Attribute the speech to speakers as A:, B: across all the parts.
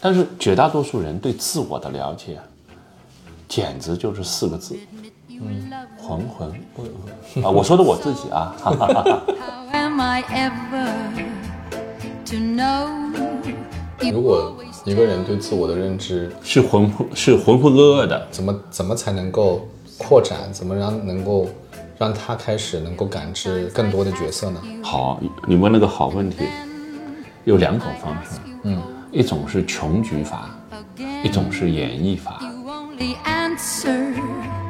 A: 但是绝大多数人对自我的了解，啊简直就是四个字：浑浑噩噩。啊，我说的我自己 啊，哈哈哈哈。
B: How am I ever to know? You
C: 如果
B: always
C: 一个人对自我的认知，
A: 是浑浑是浑浑噩噩的，
C: 怎么怎么才能够扩展？怎么让能够让他开始能够感知更多的角色呢？
A: 好，你问了个好问题，有两种方式，
B: 嗯，
A: 一种是穷举法，一种是演绎法。
B: You only answer,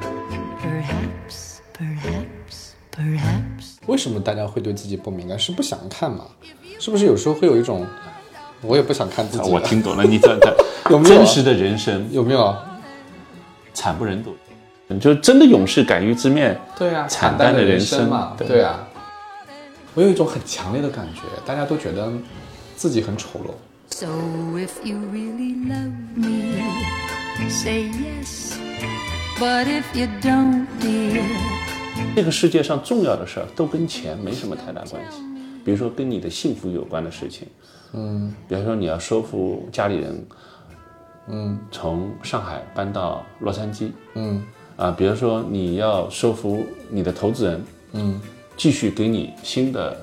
B: perhaps, perhaps, perhaps.
C: 为什么大家会对自己不敏感？是不想看吗？是不是有时候会有一种我也不想看自己的？
A: 啊我听懂了，你这 这
C: 有没有啊
A: 真实的人生
C: 有没有？
A: 惨不忍睹，就真的勇士敢于直面。
C: 对啊，
A: 惨淡
C: 惨淡
A: 的
C: 的
A: 人
C: 人
A: 生
C: 生嘛，
A: 对
C: 对啊。我有一种很强烈的感觉，大家都觉得自己很丑陋。
B: So if you really love me, say yes. But if you don't, dear,
A: 这个世界上重要的事儿都跟钱没什么太大关系，比如说跟你的幸福有关的事情，嗯，比如说你要说服家里人，嗯，从上海搬到洛杉矶，
C: 嗯
A: 啊，比如说你要说服你的投资人，
C: 嗯
A: 继续给你新的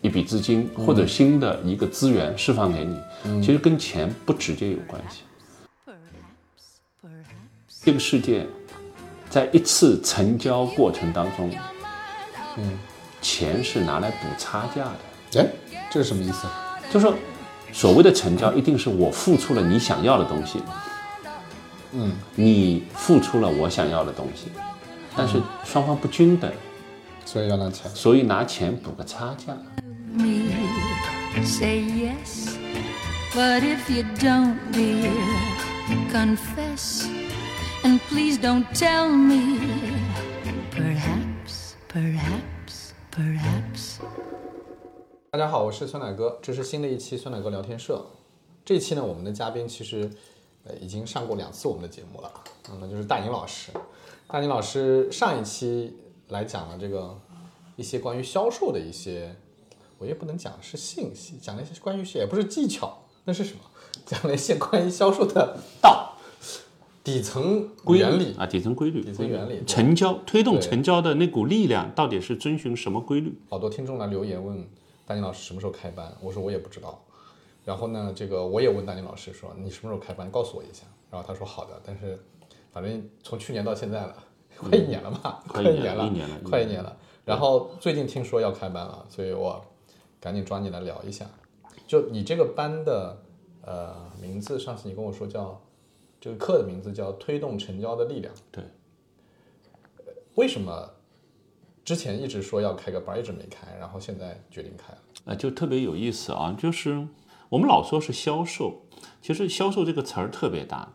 A: 一笔资金或者新的一个资源释放给你，其实跟钱不直接有关系。这个世界在一次成交过程当中，
C: 嗯，
A: 钱是拿来补差价的，
C: 哎，这是什么意思？
A: 就是说所谓的成交，一定是我付出了你想要的东西，
C: 嗯，
A: 你付出了我想要的东西，但是双方不均等，
C: 所以要拿钱。
A: 所以拿钱补个差价。
B: me, say yes. But if you don't, dear, confess. And please don't tell me. Perhaps, perhaps, perhaps.
C: 大家好，我是酸奶哥，这是新的一期酸奶哥聊天社。这一期呢，我们的嘉宾其实呃已经上过两次我们的节目了，嗯，那就是大宁老师。大宁老师上一期来讲了这个一些关于销售的一些，我也不能讲是信息，讲了一些关于也不是技巧，那是什么？讲了一些关于销售的道、底层原理。
A: 啊，底层规律，
C: 底层原理对
A: 成交推动
C: 对
A: 成交的那股力量到底是遵循什么规律？
C: 好多听众来留言问大宁老师什么时候开班，我说我也不知道。然后呢，这个我也问大宁老师说你什么时候开班，告诉我一下。然后他说好的，但是反正从去年到现在了，快一年了吧，
A: 嗯快一
C: 一
A: 年
C: 年
A: 了
C: 了，
A: 一年了
C: 快
A: 一
C: 一
A: 年
C: 年了。然后最近听说要开班了，所以我赶紧抓你来聊一下。就你这个班的呃名字，上次你跟我说叫这个课的名字叫“推动成交的力量”，呃
A: 对，
C: 为什么之前一直说要开个班，一直没开，然后现在决定开了？
A: 呃，就特别有意思啊，就是我们老说是销售，其实销售这个词儿特别大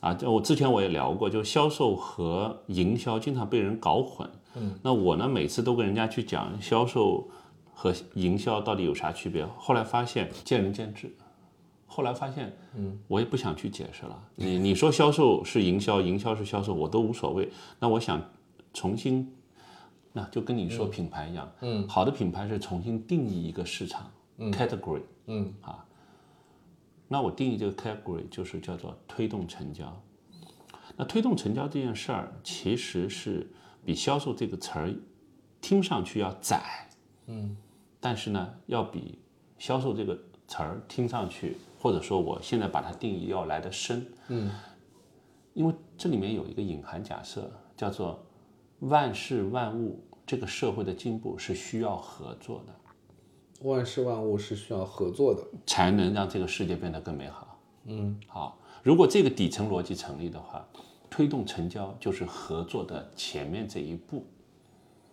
A: 啊。就我之前我也聊过，就是销售和营销经常被人搞混。嗯，那我呢，每次都跟人家去讲销售和营销到底有啥区别，后来发现见仁见智。后来发现，嗯，我也不想去解释了。你你说销售是营销，营销是销售，我都无所谓。那我想重新那就跟你说品牌一样，嗯，好的品牌是重新定义一个市场、category，
C: 嗯
A: 啊，那我定义这个 category 就是叫做推动成交。那推动成交这件事儿，其实是比销售这个词儿听上去要窄，嗯，但是呢，要比销售这个词儿听上去，或者说我现在把它定义要来的深，嗯，因为这里面有一个隐含假设，叫做万事万物，这个社会的进步是需要合作的，
C: 万事万物是需要合作的。
A: 才能让这个世界变得更美好。嗯，好，如果这个底层逻辑成立的话，推动成交就是合作的前面这一步。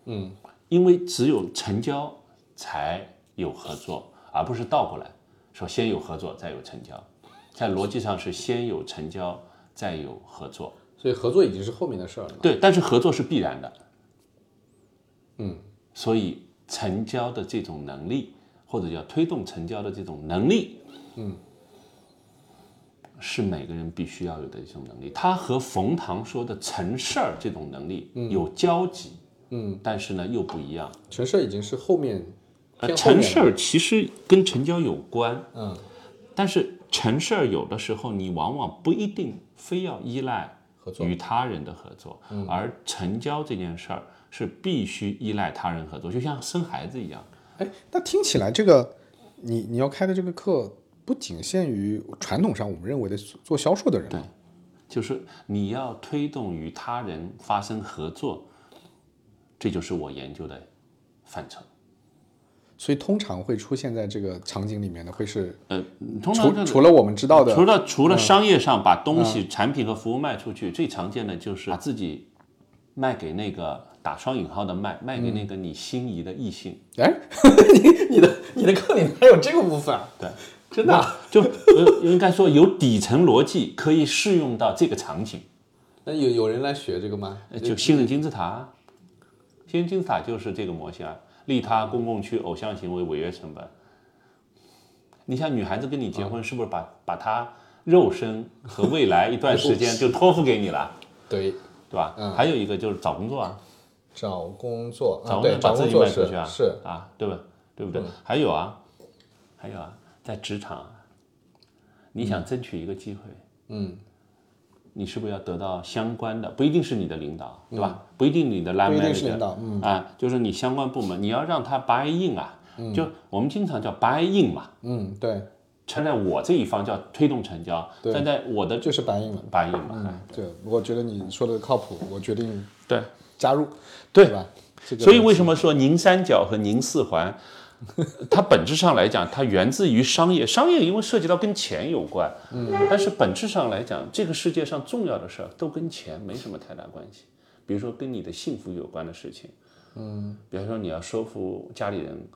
C: 嗯，
A: 因为只有成交才有合作，而不是倒过来说先有合作再有成交，在逻辑上是先有成交再有合作。
C: 所以合作已经是后面的事儿了嘛。
A: 对，但是合作是必然的。嗯，
C: 嗯
A: 所以成交的这种能力，或者叫推动成交的这种能力，嗯，是每个人必须要有的一种能力。它和冯唐说的成事儿这种能力有交集，
C: 嗯，
A: 但是呢又不一样。
C: 成事儿已经是后面
A: 呃，
C: 偏后
A: 成
C: 面了
A: 事儿其实跟成交有关，
C: 嗯，
A: 但是成事儿有的时候你往往不一定非要依赖
C: 合作嗯
A: 与他人的合作，而成交这件事儿是必须依赖他人合作，就像生孩子一样。
C: 哎，那听起来这个你你要开的这个课不仅限于传统上我们认为的做销售的人
A: 对就是你要推动与他人发生合作，这就是我研究的范畴。
C: 所以通常会出现在这个场景里面的会是
A: 呃，通常
C: 除
A: 这
C: 除了我们知道的
A: 除了除了商业上把东西、产品和服务卖出去，最常见的就是把自己卖给那个打双引号的卖，卖给那个你心仪的异性。
C: 哎， 你你的你的课里面还有这个部分啊？
A: 对，
C: 真的啊？
A: 就呃应该说有底层逻辑可以适用到这个场景。
C: 那有有人来学这个吗？
A: 呃就信任金字塔啊，信任金字塔就是这个模型啊，利他、公共区、偶像行为、违约成本。你像女孩子跟你结婚，是不是把把她肉身和未来一段时间就托付给你了，
C: 对，
A: 对吧？还有一个就是找工作啊，
C: 找工作
A: 找
C: 啊，
A: 工作
C: 对，
A: 把
C: 找
A: 自
C: 工
A: 己
C: 作
A: 卖出
C: 是
A: 去啊，
C: 是
A: 啊，对吧？对
C: 嗯
A: 不对？还有啊，还有啊，在职场啊，你想争取一个机会，
C: 嗯，
A: 你是不是要得到相关的？不一定是你的领导，对吧？不一定你的 line
C: 嗯
A: manager，
C: 不一定是领导嗯
A: 啊，就是你相关部门，你要让他 buy in 啊，就我们经常叫 buy in 嘛，
C: 嗯，对，
A: 站在我这一方叫推动成交，
C: 对
A: 站在我的
C: 这是白银了。
A: buy in 嘛，哎
C: 嗯，对，我觉得你说的靠谱，我决定
A: 对，
C: 加入，
A: 对
C: 吧？这个
A: 所以为什么说宁三角和宁四环， 它本质上来讲，它源自于商业。商业因为涉及到跟钱有关，嗯，但是本质上来讲，这个世界上重要的事儿都跟钱没什么太大关系。比如说跟你的幸福有关的事情，嗯，比方说你要说服家里人，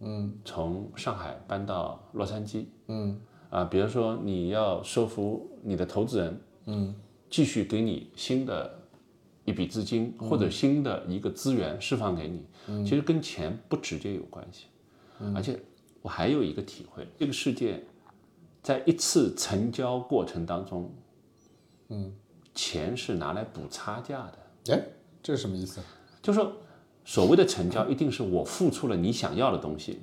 A: 嗯，从上海搬到洛杉矶，嗯，啊，比如说你要说服你的投资人，嗯，继续给你新的一笔资金或者新的一个资源释放给你，其实跟钱不直接有关系。而且我还有一个体会，这个世界在一次成交过程当中，嗯，钱是拿来补差价的。
C: 哎，这是什么意思？
A: 就说所谓的成交，一定是我付出了你想要的东西，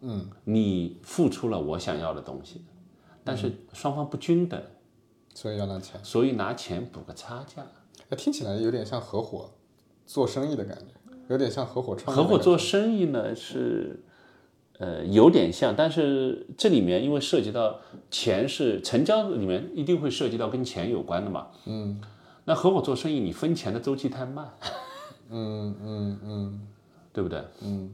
A: 嗯，你付出了我想要的东西，但是双方不均等，
C: 所以要拿钱，
A: 所以拿钱补个差价。
C: 那听起来有点像合伙做生意的感觉，有点像合伙创业
A: 合
C: 的
A: 伙
C: 感觉
A: 做生意呢是，呃，有点像，但是这里面因为涉及到钱是成交里面一定会涉及到跟钱有关的嘛，嗯，那合伙做生意你分钱的周期太慢， 嗯嗯嗯，
C: 嗯
A: 对不对？嗯，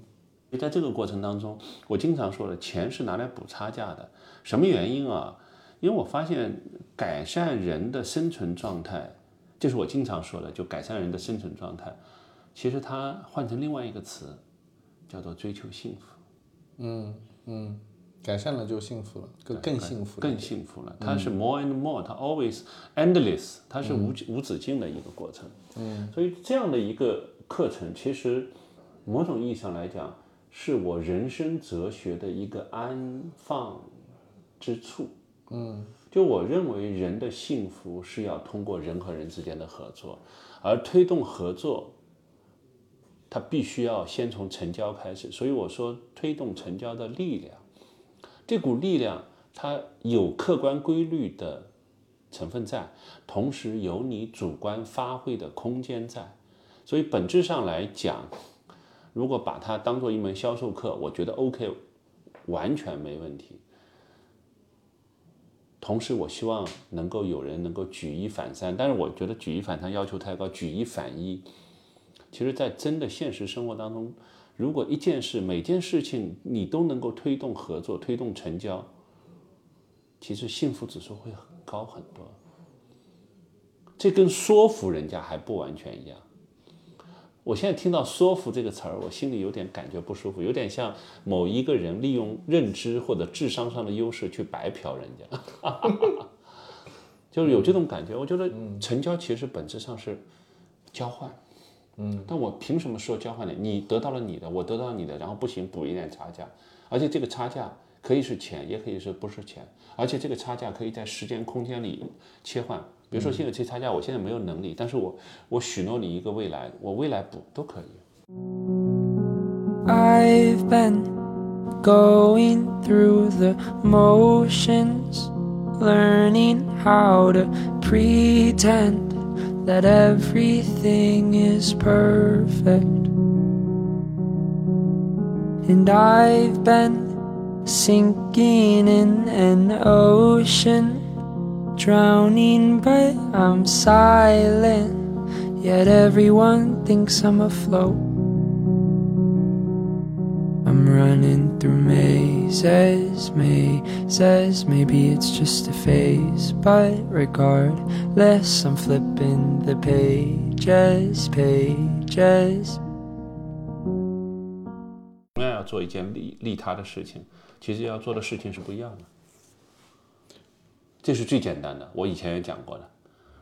A: 在这个过程当中，我经常说了，钱是拿来补差价的，什么原因啊？因为我发现改善人的生存状态，这是我经常说的，就改善人的生存状态。其实它换成另外一个词，叫做追求幸福，
C: 改善了就幸福了，更更幸福了，
A: 更幸福了。它是 more and more，它 always endless，它是无、无止境的一个过程。嗯，所以这样的一个课程，其实某种意义上来讲，是我人生哲学的一个安放之处。嗯，就我认为人的幸福是要通过人和人之间的合作，而推动合作它必须要先从成交开始，所以我说推动成交的力量，这股力量它有客观规律的成分在，同时有你主观发挥的空间在，所以本质上来讲，如果把它当做一门销售课，我觉得 OK，完全没问题。同时，我希望能够有人能够举一反三，但是我觉得举一反三要求太高，举一反一，其实，在真的现实生活当中，如果一件事、每件事情你都能够推动合作、推动成交，其实幸福指数会很高很多。这跟说服人家还不完全一样。我现在听到“说服”这个词儿，我心里有点感觉不舒服，有点像某一个人利用认知或者智商上的优势去白嫖人家， 就是有这种感觉。我觉得成交其实本质上是交换。但我凭什么说交换呢？你得到了你的，我得到了你的，然后不行补一点差价，而且这个差价可以是钱，也可以是不是钱，而且这个差价可以在时间空间里切换。比如说现在这差价我现在没有能力，但是我我许诺你一个未来，我未来补都可以。
D: I've been going through the motions, learning how to pretend that everything is perfect. And I've been sinking in an ocean, drowning, but I'm silent. Yet everyone thinks I'm afloat. I'm running through mazes, mazes. Maybe it's just a phase, but regardless, I'm flipping the pages, pages.
A: 同样要做一件利利他的事情，其实要做的事情是不一样的。这是最简单的，我以前也讲过的，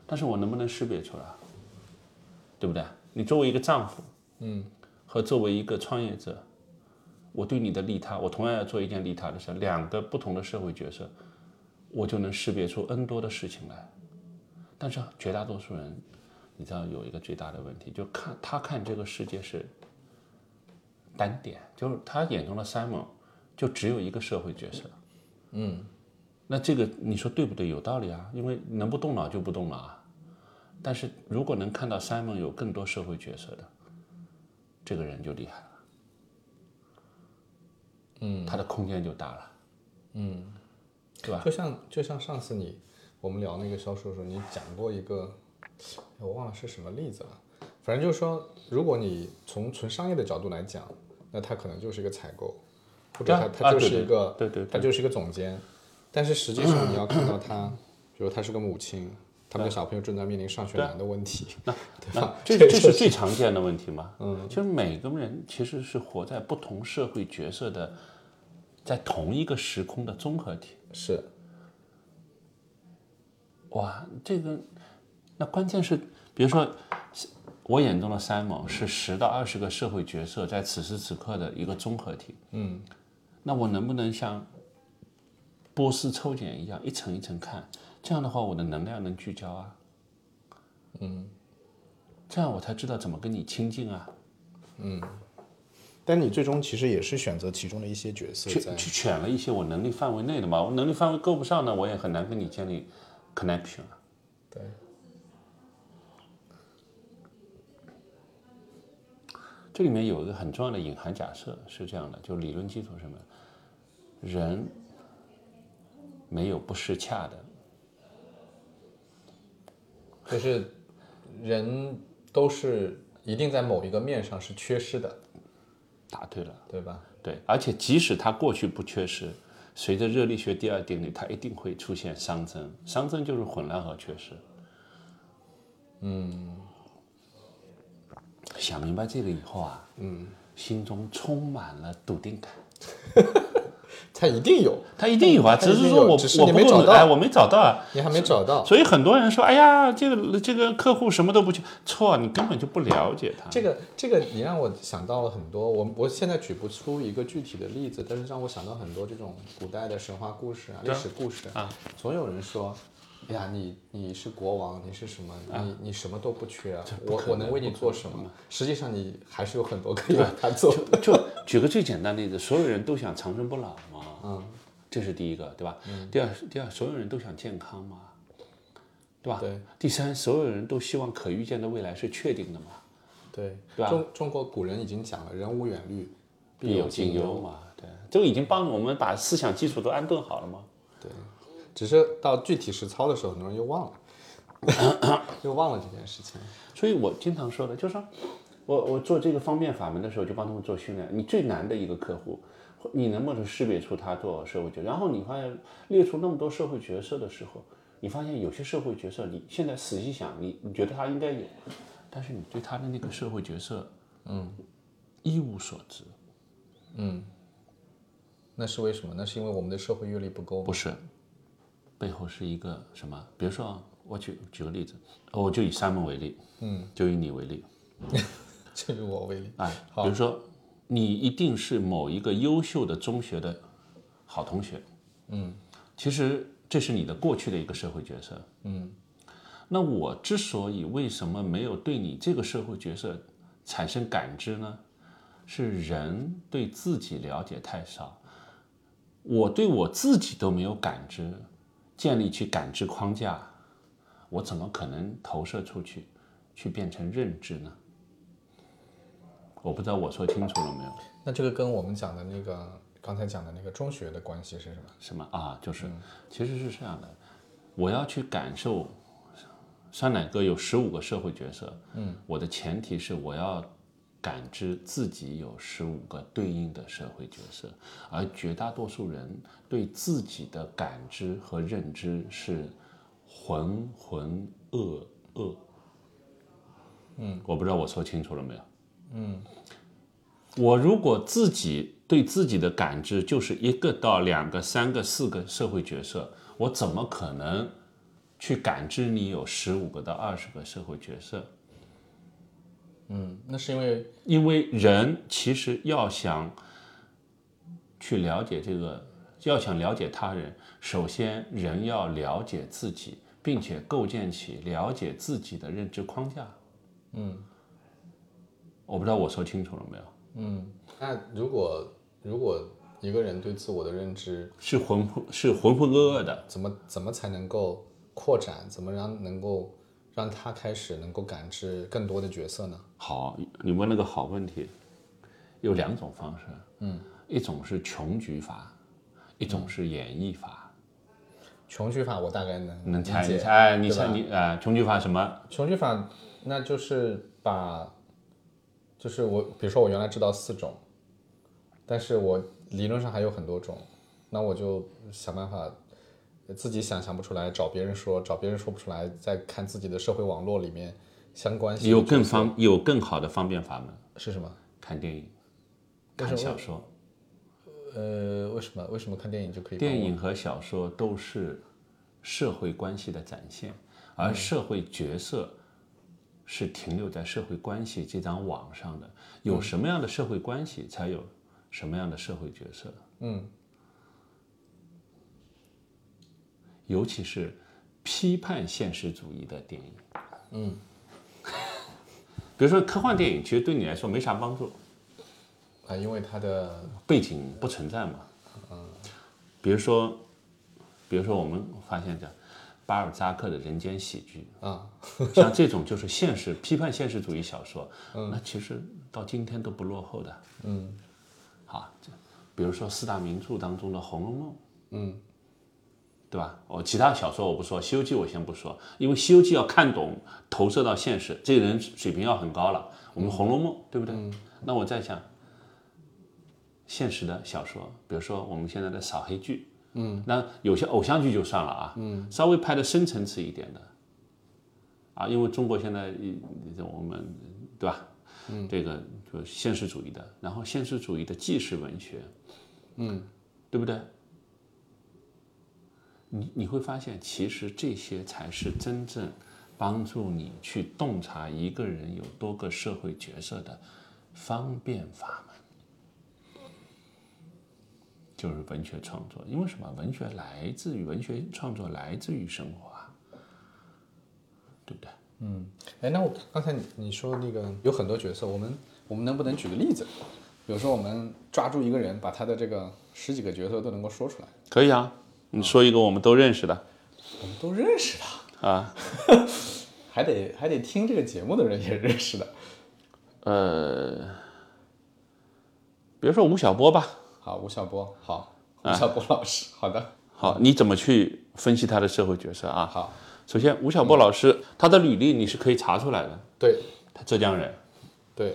A: 但是我能不能识别出来，对不对？你作为一个丈夫，嗯，和作为一个创业者，我对你的利他，我同样要做一件利他的事，两个不同的社会角色，我就能识别出 N 多的事情来。但是绝大多数人，你知道有一个最大的问题，就看他看这个世界是单点，就是他眼中的 Simon 就只有一个社会角色。嗯，那这个你说对不对？有道理啊，因为能不动脑就不动脑啊。但是如果能看到 Simon 有更多社会角色的，这个人就厉害了。嗯，他的空间就大了。嗯，对吧？
C: 就像就像上次你我们聊那个销售的时候，你讲过一个，哎我忘了是什么例子了。反正就是说，如果你从纯商业的角度来讲，那他可能就是一个采购，或者
A: 对
C: 他
A: 啊
C: 他
A: 啊
C: 就
A: 对
C: 是
A: 对
C: 一个，
A: 对对对
C: 他就是一个总监。但是实际上你要看到他，比如他是个母亲，他们的小朋友正在面临上学难的问题，对
A: 那
C: 吧？
A: 这
C: 个
A: 这
C: 就是
A: 最常见的问题嘛？嗯，就是每个人其实是活在不同社会角色的，在同一个时空的综合体。
C: 是
A: 哇，这个，那关键是，比如说，我眼中的 Simon 是十到二十个社会角色在此时此刻的一个综合体。嗯，那我能不能像波斯抽检一样一层一层看？这样的话，我的能量能聚焦啊。嗯，这样我才知道怎么跟你亲近啊。
C: 但你最终其实也是选择其中的一些角色
A: 去
C: 在，
A: 去选了一些我能力范围内的嘛，我能力范围够不上呢，我也很难跟你建立 connection 啊。
C: 对，
A: 这里面有一个很重要的隐含假设是这样的，就理论基础是什么？人没有不适恰的，
C: 就是人都是一定在某一个面上是缺失的，
A: 答对了，
C: 对吧？
A: 对，而且即使它过去不缺失，随着热力学第二定律，它一定会出现熵增，熵增就是混乱和缺失。嗯，想明白这个以后啊，嗯，心中充满了笃定感。
C: 他一定有，
A: 他一定有啊，
C: 它
A: 只
C: 嗯一
A: 是
C: 定
A: 说
C: 有
A: 我
C: 只是
A: 我
C: 你
A: 不
C: 没
A: 够
C: 找
A: 努
C: 到
A: 哎，我没找到啊。
C: 你还没找到。
A: 所以很多人说，哎呀，这个这个客户什么都不去，错，你根本就不了解他。
C: 这个这个，你让我想到了很多。我我现在举不出一个具体的例子，但是让我想到很多这种古代的神话故事啊、历
A: 对啊
C: 史故事
A: 啊，
C: 总有人说。哎呀，你你是国王，你是什么？你你什么都啊不缺，啊我我能为嗯你做什么？实际上你还是有很多可以为他做的。
A: 就举个最简单的例子，所有人都想长生不老嘛，嗯，这是第一个，对吧？第二，第二，所有人都想健康嘛，对吧？
C: 对。
A: 第三，所有人都希望可预见的未来是确定的嘛，
C: 对，啊
A: 对吧
C: 中中国古人已经讲了，人无远虑，
A: 必有尽忧嘛，对，这个已经帮我们把思想基础都安顿好了嘛。
C: 只是到具体实操的时候，很多人又忘了，又忘了这 件事情。
A: 所以我经常说的，就是说我我做这个方面法门的时候，就帮他们做训练。你最难的一个客户，你能不能识别出他做社会角色？然后你发现列出那么多社会角色的时候，你发现有些社会角色，你现在仔细想，你你觉得他应该有，但是你对他的那个社会角色，嗯，一无所知。
C: 那是为什么？那是因为我们的社会阅历不够吗
A: 不是，背后是一个什么？比如说啊，我举举个例子，我就以山门为例，嗯，就以你为例，
C: 就以我为例，
A: 哎，比如说，你一定是某一个优秀的中学的好同学，嗯，其实这是你的过去的一个社会角色，嗯，那我之所以为什么没有对你这个社会角色产生感知呢？是人对自己了解太少，我对我自己都没有感知，建立起感知框架，我怎么可能投射出去，去变成认知呢？我不知道我说清楚了没有？
C: 那这个跟我们讲的那个刚才讲的那个中学的关系是什么？
A: 什么啊？就是、其实是这样的，我要去感受酸奶哥有十五个社会角色，嗯，我的前提是我要感知自己有十五个对应的社会角色，而绝大多数人对自己的感知和认知是浑浑噩噩。嗯，我不知道我说清楚了没有。我如果自己对自己的感知就是一个到两个、三个、四个社会角色，我怎么可能去感知你有十五个到二十个社会角色？
C: 嗯，那是因为
A: 因为人其实要想去了解这个，要想了解他人，首先人要了解自己，并且构建起了解自己的认知框架。嗯，我不知道我说清楚了没有？
C: 那如果如果一个人对自我的认知
A: 是浑是浑浑噩噩的，
C: 怎么怎么才能够扩展？怎么让能够让他开始能够感知更多的角色呢？
A: 好，你问了个好问题，有两种方式，嗯，一种是穷举法，一种是演绎法。
C: 穷举法我大概能
A: 能
C: 理
A: 猜一
C: 嗯解
A: 下？哎，你
C: 对吧
A: 猜你啊、穷举法什么？
C: 穷举法，那就是把，就是我，比如说我原来知道四种，但是我理论上还有很多种，那我就想办法自己想想不出来，找别人说，找别人说不出来，再看自己的社会网络里面相关性
A: 有更方有更好的方便法门，
C: 是什么？
A: 看电影，
C: 但
A: 看
C: 是我
A: 小说。
C: 呃，为什么为什么看电影就可以？
A: 电影和小说都是社会关系的展现，而社会角色是停留在社会关系这张网上的。有什么样的社会关系，才有什么样的社会角色。
C: 嗯，
A: 尤其是批判现实主义的电影。嗯， 比如说科幻电影，其实对你来说没啥帮助，
C: 啊，因为它的
A: 背景不存在嘛。嗯，比如说，比如说我们发现的巴尔扎克的《人间喜剧》，
C: 啊，
A: 像这种就是现实批判现实主义小说，那其实到今天都不落后的。嗯，好，这比如说四大名著当中的《红楼梦》，嗯，对吧？哦，其他小说我不说，《西游记》我先不说，因为《西游记》要看懂，投射到现实，这个人水平要很高了。我们《红楼梦》对不对？那我在想，现实的小说，比如说我们现在的扫黑剧。嗯，那有些偶像剧就算了啊，嗯，稍微拍的深层次一点的，啊，因为中国现在一我们对吧？嗯，这个就是现实主义的，然后现实主义的纪实文学，嗯，对不对？你你会发现，其实这些才是真正帮助你去洞察一个人有多个社会角色的方便法门，就是文学创作。因为什么？文学来自于文学创作，来自于生活啊，对不对？
C: 哎，那我刚才你你说那个有很多角色，我们我们能不能举个例子？比如说，我们抓住一个人，把他的这个十几个角色都能够说出来，
A: 可以啊，你说一个我们都认识的
C: 我们都认识他，
A: 啊，
C: 还得还得听这个节目的人也认识的。
A: 呃，比如说吴晓波吧。
C: 好，吴晓波，好，吴
A: 啊
C: 晓波老师，好的，
A: 好，你怎么去分析他的社会角色啊？
C: 好，
A: 首先吴晓波老师他的履历你是可以查出来的，
C: 对
A: 他浙江人
C: 对，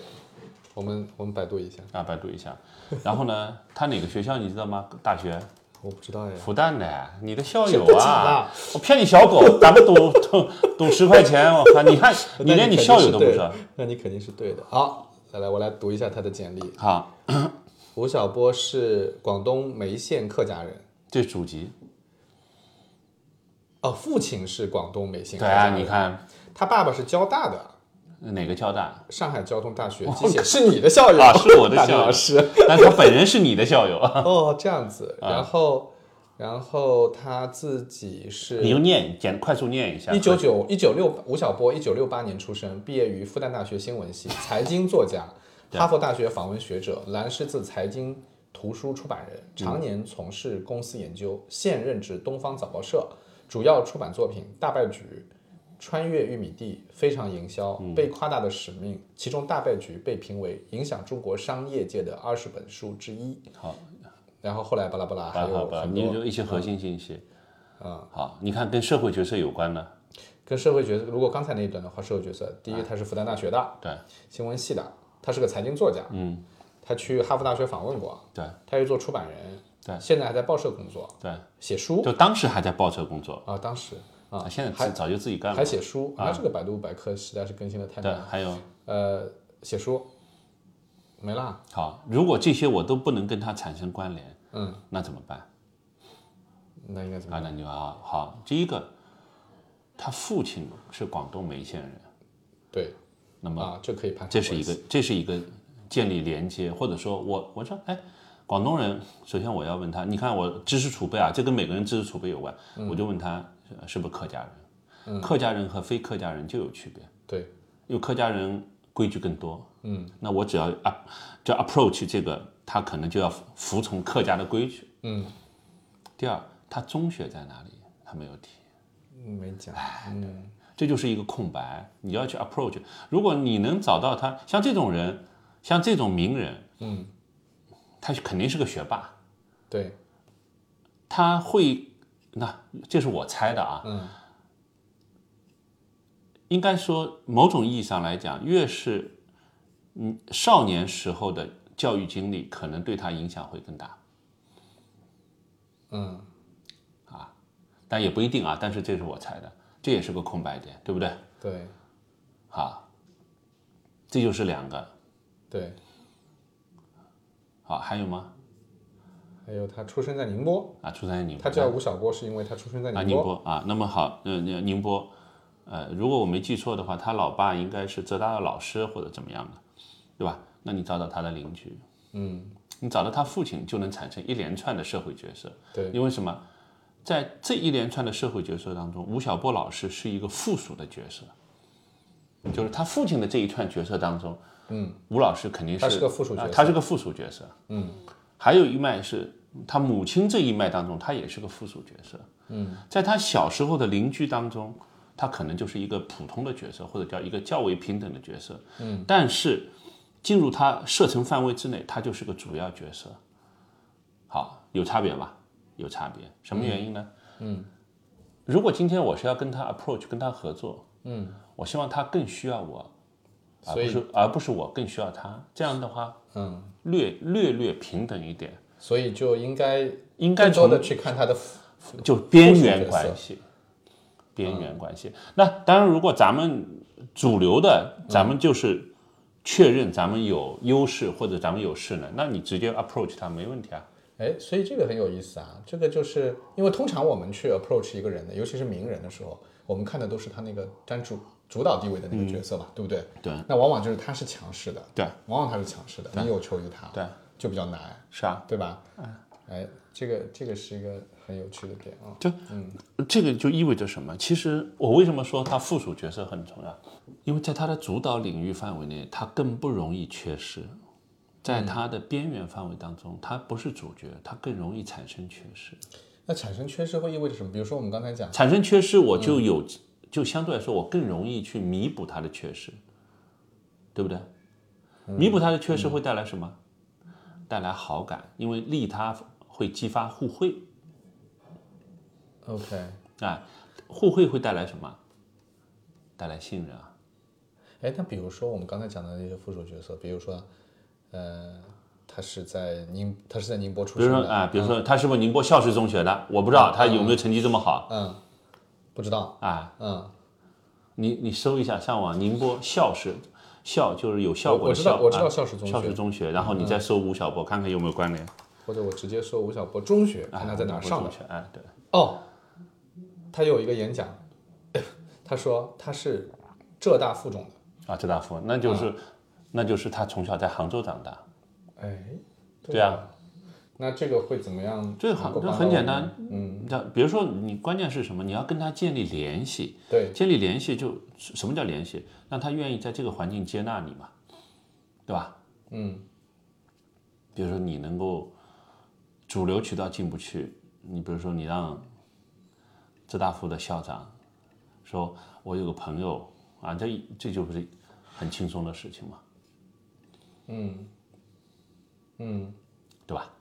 C: 我们我们百度一下，
A: 啊，百度一下。然后呢，他哪个学校你知道吗？大学，
C: 我不知道呀，
A: 复旦的，你的校友
C: 真的假
A: 啊
C: 的！
A: 我骗你小 狗，咱们赌赌赌十块钱，我靠，你还你连你校友都不是
C: 是？，那你肯定是对的。好，来来，我来读一下他的简历。
A: 好，
C: 吴晓波是广东梅县客家人，
A: 这是祖籍。
C: 哦，父亲是广东梅县客
A: 对
C: 家
A: 啊，
C: 人，
A: 你看
C: 他爸爸是交大的。
A: 哪个交大？
C: 上海交通大学机械是你的校友
A: 哦啊，是我的
C: 大
A: 校友
C: 老师
A: 但他本人是你的 校友，
C: 哦，这样子，
A: 啊
C: 然后，然后他自己是
A: 你就念，简快速念一下。
C: 一九 九一九六吴晓波，一九六八年出生，毕业于复旦大学新闻系，财经作家，哈佛大学访问学者，兰狮子财经图书出版人，常年从事公司研究，现任职东方早报社，主要出版作品《大败局》。穿越玉米地非常营销，被夸大的使命，其中《大败局》被评为影响中国商业界的二十本书之一。
A: 好，
C: 然后后来巴拉巴拉还
A: 好好
C: 有
A: 吧，
C: 很
A: 你
C: 多嗯
A: 就一些核心信息。啊，好，你看跟社会角色有关的，
C: 跟社会角色，如果刚才那一段的话，社会角色，第一他是复旦大学的
A: 对
C: 新闻系的，他是个财经作家，
A: 嗯，
C: 他去哈佛大学访问过，
A: 对
C: 他又做出版人，
A: 对
C: 现在还在报社工作，
A: 对，
C: 写书
A: 就当时还在报社工作，
C: 啊，当时啊，
A: 现在
C: 还
A: 自早就自己干了
C: 还。写书，啊，这个百度百科实在是更新的太
A: 对，
C: 慢，
A: 还有
C: 呃，写书没啦，
A: 好，如果这些我都不能跟它产生关联，嗯，那怎么办？
C: 那应该怎么
A: 啊，那你就啊，好，第一个，他父亲是广东梅县人，
C: 对？
A: 那么
C: 啊，这可以判，
A: 这是一个，这是一个建立连接，或者说我我说，哎，广东人，首先我要问他，你看我知识储备啊，这跟每个人知识储备有关，我就问他呃是不是客家人，客家人和非客家人就有区别，
C: 对
A: 因为客家人规矩更多，嗯，那我只要啊，只要 approach 这个，他可能就要服服从客家的规矩，嗯。第二，他中学在哪里？他没有提。
C: 嗯没讲，嗯，
A: 这就是一个空白，你要去 approach。如果你能找到他，像这种人，像这种名人，嗯，他肯定是个学霸，
C: 对，
A: 他会，那这是我猜的啊，
C: 嗯，
A: 应该说某种意义上来讲，越是嗯少年时候的教育经历，可能对他影响会更大，
C: 嗯，
A: 啊但也不一定啊。但是这是我猜的，这也是个空白点，对不对？
C: 对
A: 好，啊这就是两个。
C: 对，
A: 好，还有吗？
C: 还有他出生在宁波，
A: 啊，出生在宁波，
C: 他叫吴晓波是因为他出生在
A: 啊，
C: 宁
A: 宁，波啊，那么好，呃，宁宁波，呃，如果我没记错的话，他老爸应该是浙大的老师或者怎么样的，对吧？那你找找他的邻居，
C: 嗯，
A: 你找到他父亲，就能产生一连串的社会角色。
C: 对
A: 因为什么？在这一连串的社会角色当中，吴晓波老师是一个附属的角色，就是他父亲的这一串角色当中，嗯，吴老师肯定是
C: 他是个附属角色
A: 啊他是个附属角色，嗯，还有一脉是他母亲这一脉当中，他也是个附属角色，嗯，在他小时候的邻居当中，他可能就是一个普通的角色，或者叫一个较为平等的角色，嗯，但是进入他射程范围之内，他就是个主要角色，好，有差别吧？有差别，什么原因呢？嗯，如果今天我是要跟他 approach，跟他合作，嗯，我希望他更需要我，而
C: 所
A: 啊不
C: 以
A: 是而不是我更需要他。这样的话，
C: 嗯，
A: 略略略平等一点，
C: 所以就应该
A: 应该
C: 更多
A: 从
C: 的去看他的
A: 就边
C: 附
A: 缘
C: 属角色嗯
A: 关系，边缘关系。那当然，如果咱们主流的，
C: 嗯
A: 咱们就是确认咱们有优势或者咱们有势能，那你直接 approach 他没问题啊。
C: 哎，所以这个很有意思啊，这个就是因为通常我们去 approach 一个人的，尤其是名人的时候，我们看的都是他那个占主主导地位的那个角色吧，对不对？
A: 嗯对
C: 那往往就是他是强势的，
A: 对，
C: 往往他是强势的，你有求于他，
A: 对，
C: 就比较难，
A: 是啊，
C: 对吧？哎，这个这个是一个很有趣的点啊，
A: 就这个就意味着什么？其实我为什么说他附属角色很重要？因为在他的主导领域范围内，他更不容易缺失；在他的边缘范围当中，他不是主角，他更容易产生缺失。
C: 那产生缺失会意味着什么？比如说我们刚才讲，
A: 产生缺失，我就有，就相对来说，我更容易去弥补他的缺失，对不对？弥补他的缺失会带来什么？带来好感，因为利他会激发互惠。
C: OK，
A: 啊，互惠会带来什么？带来信任啊。
C: 哎，那比如说我们刚才讲的那些附属角色，比如说，呃，他是在宁，他是在嗯宁波出
A: 比如
C: 生
A: 说
C: 的，
A: 啊，比如说他是不是宁波孝实中学的？我不知道他有没有成绩这么好
C: 嗯，不知道，
A: 啊。
C: 嗯，
A: 你你搜一下，上网宁波孝实，孝就是有效
C: 我
A: 果
C: 我
A: 的
C: 知
A: 孝
C: 道，我知道
A: 啊
C: 孝实中
A: 孝
C: 学嗯
A: 实中学，然后你再搜吴晓波，看看有没有关联。
C: 或者我直接说吴晓波中学，
A: 啊
C: 看他在哪儿上的
A: 中。学？哎，对，
C: 哦，他有一个演讲， 他说他是浙大附中的。
A: 啊，浙大附，那就是
C: 嗯
A: 那就是他从小在杭州长大。
C: 哎，
A: 对啊，
C: 那这个会怎么样？
A: 这
C: 能
A: 好
C: 够
A: 这
C: 帮
A: 很
C: 到
A: 简
C: 我们
A: 单。，嗯，这比如说你关键是什么？你要跟他建立联系。
C: 对，
A: 建立联系就什么叫联系？让他愿意在这个环境接纳你嘛，对吧？
C: 嗯
A: 比如说你能够主流渠道进不去，你比如说你让浙大附的校长说，我有个朋友啊，这这就不是很轻松的事情嘛，
C: 嗯嗯
A: 对吧？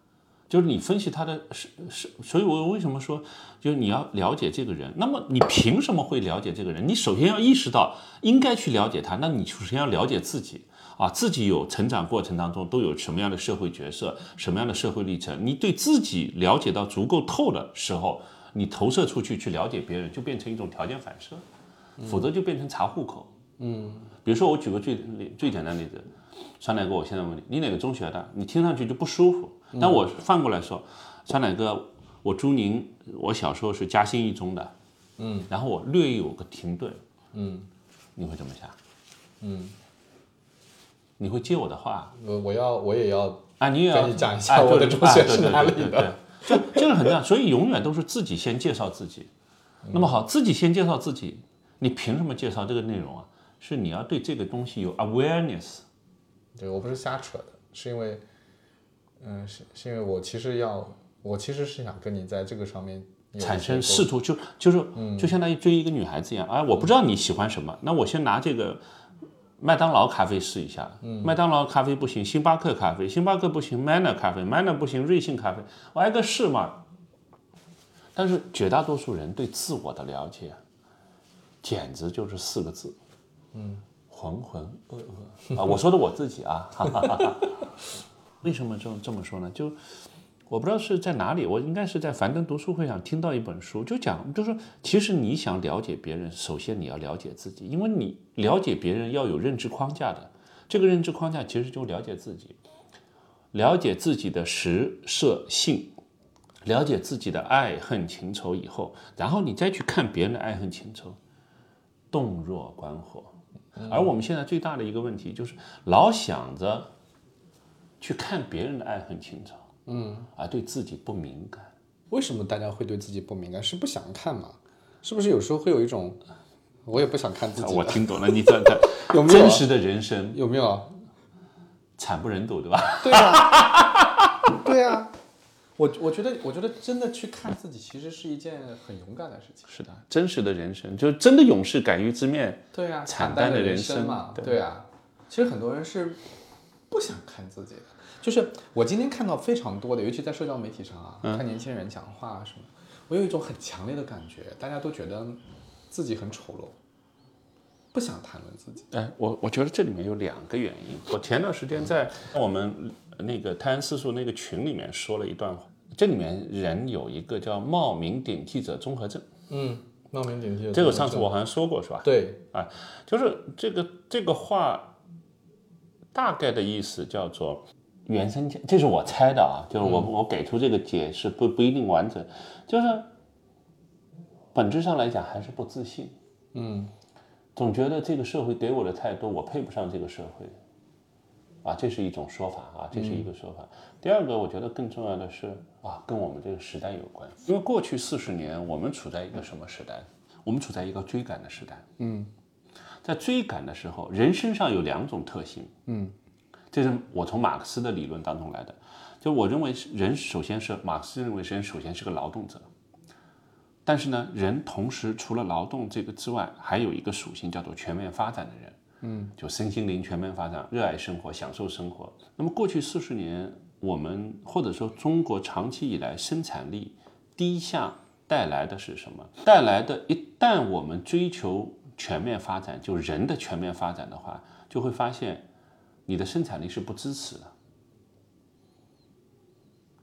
A: 就是你分析他的是是，所以我为什么说，就是你要了解这个人，那么你凭什么会了解这个人？你首先要意识到应该去了解他，那你首先要了解自己啊，自己有成长过程当中都有什么样的社会角色，什么样的社会历程，你对自己了解到足够透的时候，你投射出去去了解别人，就变成一种条件反射，否则就变成查户口。嗯，比如说我举个最最简单的例子，酸奶哥，我现在问你，你哪个中学的？你听上去就不舒服。但我反过来说，酸奶哥，我朱宁，我小时候是嘉兴一中的，嗯，然后我略有个停顿，
C: 嗯，
A: 你会怎么想？
C: 嗯，
A: 你会接我的话
C: 我我要我也要
A: 啊？你也要
C: 跟你讲一下
A: 哎
C: 我的
A: 对
C: 中学
A: 哎对
C: 是哪里
A: 对对对
C: 的
A: 对就这个很重要，所以永远都是自己先介绍自己。那么好，自己先介绍自己，你凭什么介绍这个内容啊？是你要对这个东西有 awareness，
C: 对我不是瞎扯的，是因为，嗯、是是因为我其实要，我其实是想跟你在这个上面有一些嗯
A: 产生
C: 沟
A: 试图就就是就相当于追一个女孩子一样，哎，我不知道你喜欢什么，那我先拿这个麦当劳咖啡试一下，
C: 嗯
A: 麦当劳咖啡不行，星巴克咖啡，星巴克不行，Manner 咖啡，Manner 不行，瑞幸咖啡，我挨个试嘛。但是绝大多数人对自我的了解，简直就是四个字，嗯，浑浑噩 噩啊！我说的我自己啊， 哈哈哈哈。为什么这么这么说呢？就我不知道是在哪里，我应该是在樊登读书会上听到一本书，就讲，就说其实你想了解别人，首先你要了解自己，因为你了解别人要有认知框架的，这个认知框架其实就了解自己，了解自己的食色性，了解自己的爱恨情仇以后，然后你再去看别人的爱恨情仇，洞若观火。而我们现在最大的一个问题就是老想着去看别人的爱恨情仇。而啊对自己不敏感。
C: 为什么大家会对自己不敏感？是不想看吗？是不是有时候会有一种，我也不想看自己 的，
A: 啊我听懂了，你这 这
C: 有没有
A: 啊真实的人生
C: 有没有？
A: 惨不忍睹，对吧？
C: 对啊，对啊，我我觉得我觉得真的去看自己，其实是一件很勇敢的事情。
A: 是的，真实的人生 就是真的勇士敢于直面。
C: 对啊，
A: 惨
C: 淡
A: 淡的
C: 人
A: 人生
C: 嘛，
A: 对
C: 对啊。其实很多人是不想看自己的，就是我今天看到非常多的，尤其在社交媒体上啊，
A: 嗯
C: 看年轻人讲话啊什么，我有一种很强烈的感觉，大家都觉得自己很丑陋，不想谈论自己。
A: 哎，我我觉得这里面有两个原因。我前段时间在我们那个泰安私塾那个群里面说了一段话，这里面人有一个叫冒名顶替者综合症，
C: 嗯，冒名顶替。
A: 这个上次我好像说过，是吧？
C: 对，
A: 就是这个这个话大概的意思叫做原生家，这是我猜的啊，就是我、我给出这个解释不不一定完整，就是本质上来讲还是不自信，
C: 嗯
A: 总觉得这个社会给我的太多，我配不上这个社会。啊，这是一种说法啊，这是一个说法。第二个，我觉得更重要的是啊，跟我们这个时代有关，因为过去四十年我们处在一个什么时代？我们处在一个追赶的时代。
C: 嗯，
A: 在追赶的时候，人身上有两种特性。
C: 嗯，
A: 这是我从马克思的理论当中来的。就我认为是，人首先是马克思认为人首先是个劳动者，但是呢，人同时除了劳动这个之外，还有一个属性叫做全面发展的人。就身心灵全面发展，热爱生活，享受生活。那么过去四十年，我们或者说中国长期以来生产力低下带来的是什么？带来的一旦我们追求全面发展，就人的全面发展的话，就会发现你的生产力是不支持的。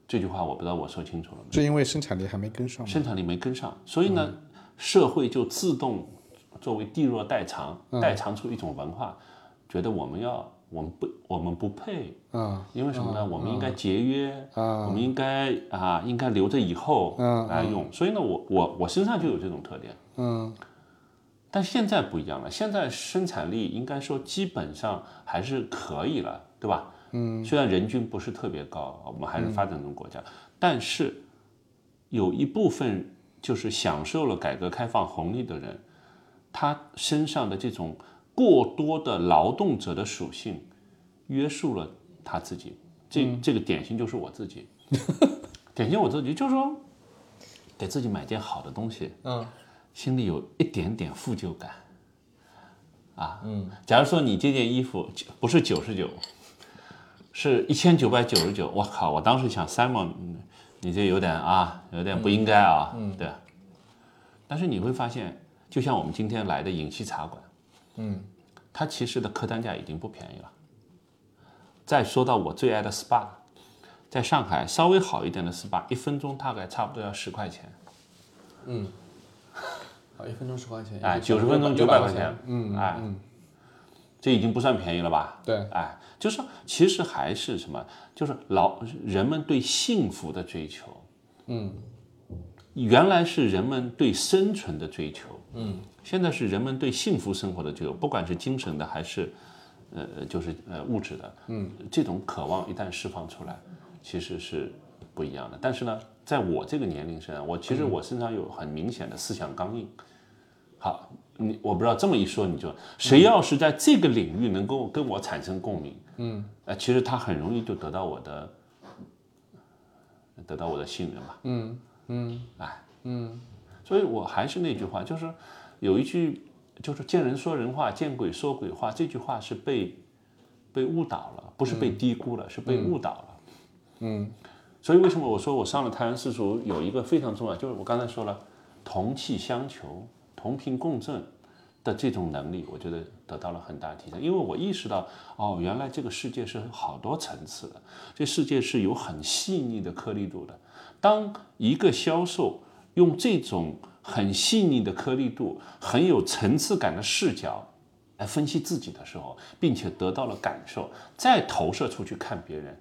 A: 这句话我不知道我说清楚了没有？
C: 是因为生产力还没跟上吗？嗯
A: 生产力没跟上，所以呢，社会就自动作为地弱代偿，
C: 嗯
A: 代偿出一种文化，觉得我们要我们不我们不配，
C: 啊、
A: 因为什么呢？我们应该节约，
C: 嗯
A: 我们应该啊应该留着以后来用。所以呢，我我我身上就有这种特点。
C: 嗯
A: 但现在不一样了，现在生产力应该说基本上还是可以了，对吧？嗯，虽然人均不是特别高，我们还
C: 嗯
A: 是发展中国家，但是有一部分就是享受了改革开放红利的人，他身上的这种过多的劳动者的属性，约束了他自己。这、这个典型就是我自己，典型我自己就是说，给自己买件好的东西，
C: 嗯，
A: 心里有一点点负疚感。啊，嗯，假如说你这件衣服就不是九十九，是一千九百九十九，我靠！我当时想，Simon，嗯你这有点啊，有点不应该啊，嗯，对。但是你会发现，就像我们今天来的影溪茶馆，
C: 嗯，
A: 它其实的客单价已经不便宜了。再说到我最爱的 SPA，在上海稍微好一点的 SPA，一分钟大概差不多要十块钱。
C: 啊，一分钟十块钱，
A: 哎，
C: 一个
A: 九
C: 小
A: 十
C: 时
A: 分钟九
C: 百
A: 百块钱
C: 钱，，
A: 嗯，哎，这已经不算便宜了吧？
C: 对
A: 哎，就是说其实还是什么，就是老人们对幸福的追求，嗯，原来是人们对生存的追求，嗯，现在是人们对幸福生活的追求，不管是精神的还是，呃，就是呃物质的，嗯，这种渴望一旦释放出来，其实是不一样的。但是呢，在我这个年龄身上，我其实我身上有很明显的思想刚硬。好，你我不知道这么一说，你就谁要是在这个领域能够跟我产生共鸣，嗯，呃，其实他很容易就得到我的，得到我的信任吧，嗯嗯，哎，嗯，所以我还是那句话，就是有一句就是见人说人话，见鬼说鬼话，这句话是被被误导了，不是被低估了，是被误导了，嗯，所以为什么我说我上了台湾世俗有一个非常重要，就是我刚才说了。同气相求、同频共振的这种能力，我觉得得到了很大提升。因为我意识到，哦，原来这个世界是好多层次的，这世界是有很细腻的颗粒度的。当一个销售用这种很细腻的颗粒度、很有层次感的视角来分析自己的时候，并且得到了感受，再投射出去看别人，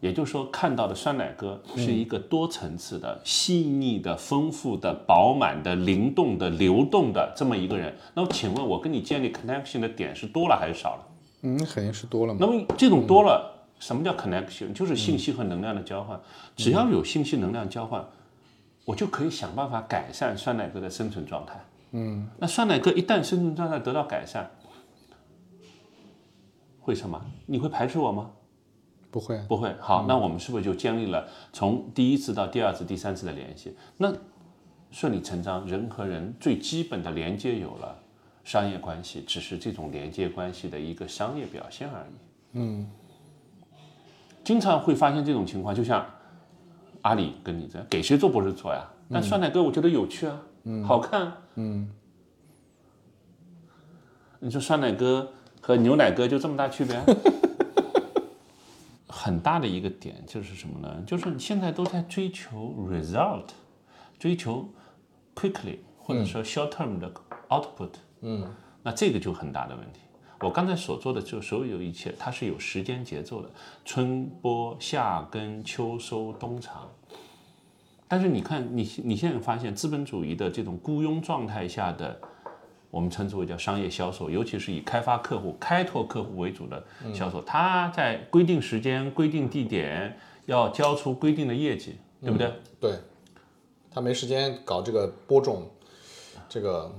A: 也就是说，看到的酸奶哥是一个多层次的、细腻的、丰富的、饱满的、灵动的、流动的这么一个人。那么，请问我跟你建立 connection 的点是多了还是少了？
C: 嗯，肯定是多了嘛
A: 那，么这种多了，什么叫 connection？就是信息和能量的交换。只要有信息能量交换，我就可以想办法改善酸奶哥的生存状态。嗯，那酸奶哥一旦生存状态得到改善，会什么？你会排斥我吗？
C: 不会啊，
A: 不会。好，那我们是不是就建立了从第一次到第二次、第三次的联系？那顺理成章，人和人最基本的连接有了，商业关系只是这种连接关系的一个商业表现而已。嗯，经常会发现这种情况，就像阿里跟你这给谁做不是做呀？但酸奶哥我觉得有趣啊，好看、啊，嗯。你说酸奶哥和牛奶哥就这么大区别啊？很大的一个点就是什么呢？就是你现在都在追求 result，追求 quickly 或者说 short term 的 output。嗯，那这个就很大的问题。我刚才所做的就所有一切，它是有时间节奏的，春播、夏耕、秋收、冬藏。但是你看，你你现在发现资本主义的这种雇佣状态下的，我们称之为叫商业销售，尤其是以开发客户、开拓客户为主的销售，它在规定时间、规定地点要交出规定的业绩，对不对？
C: 对，他没时间搞这个播种，这个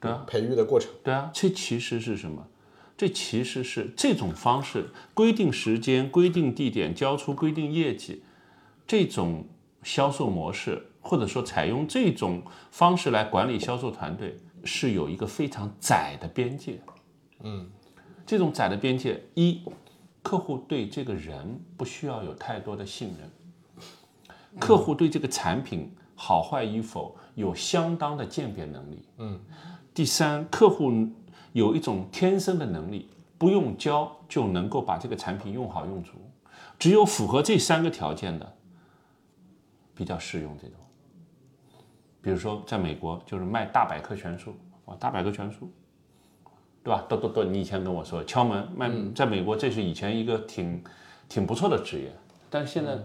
A: 对啊
C: 培育的过程，
A: 对啊，这其实是什么？这其实是这种方式，规定时间、规定地点，交出规定业绩，这种销售模式，或者说采用这种方式来管理销售团队，是有一个非常窄的边界。嗯，这种窄的边界，一，客户对这个人不需要有太多的信任，客户对这个产品好坏与否有相当的鉴别能力。第三，客户有一种天生的能力，不用教就能够把这个产品用好用足。只有符合这三个条件的，比较适用这种。比如说，在美国就是卖大百科全书，哇，大百科全书，对吧？对对对，你以前跟我说敲门卖，在美国这是以前一个挺挺不错的职业，但是现在、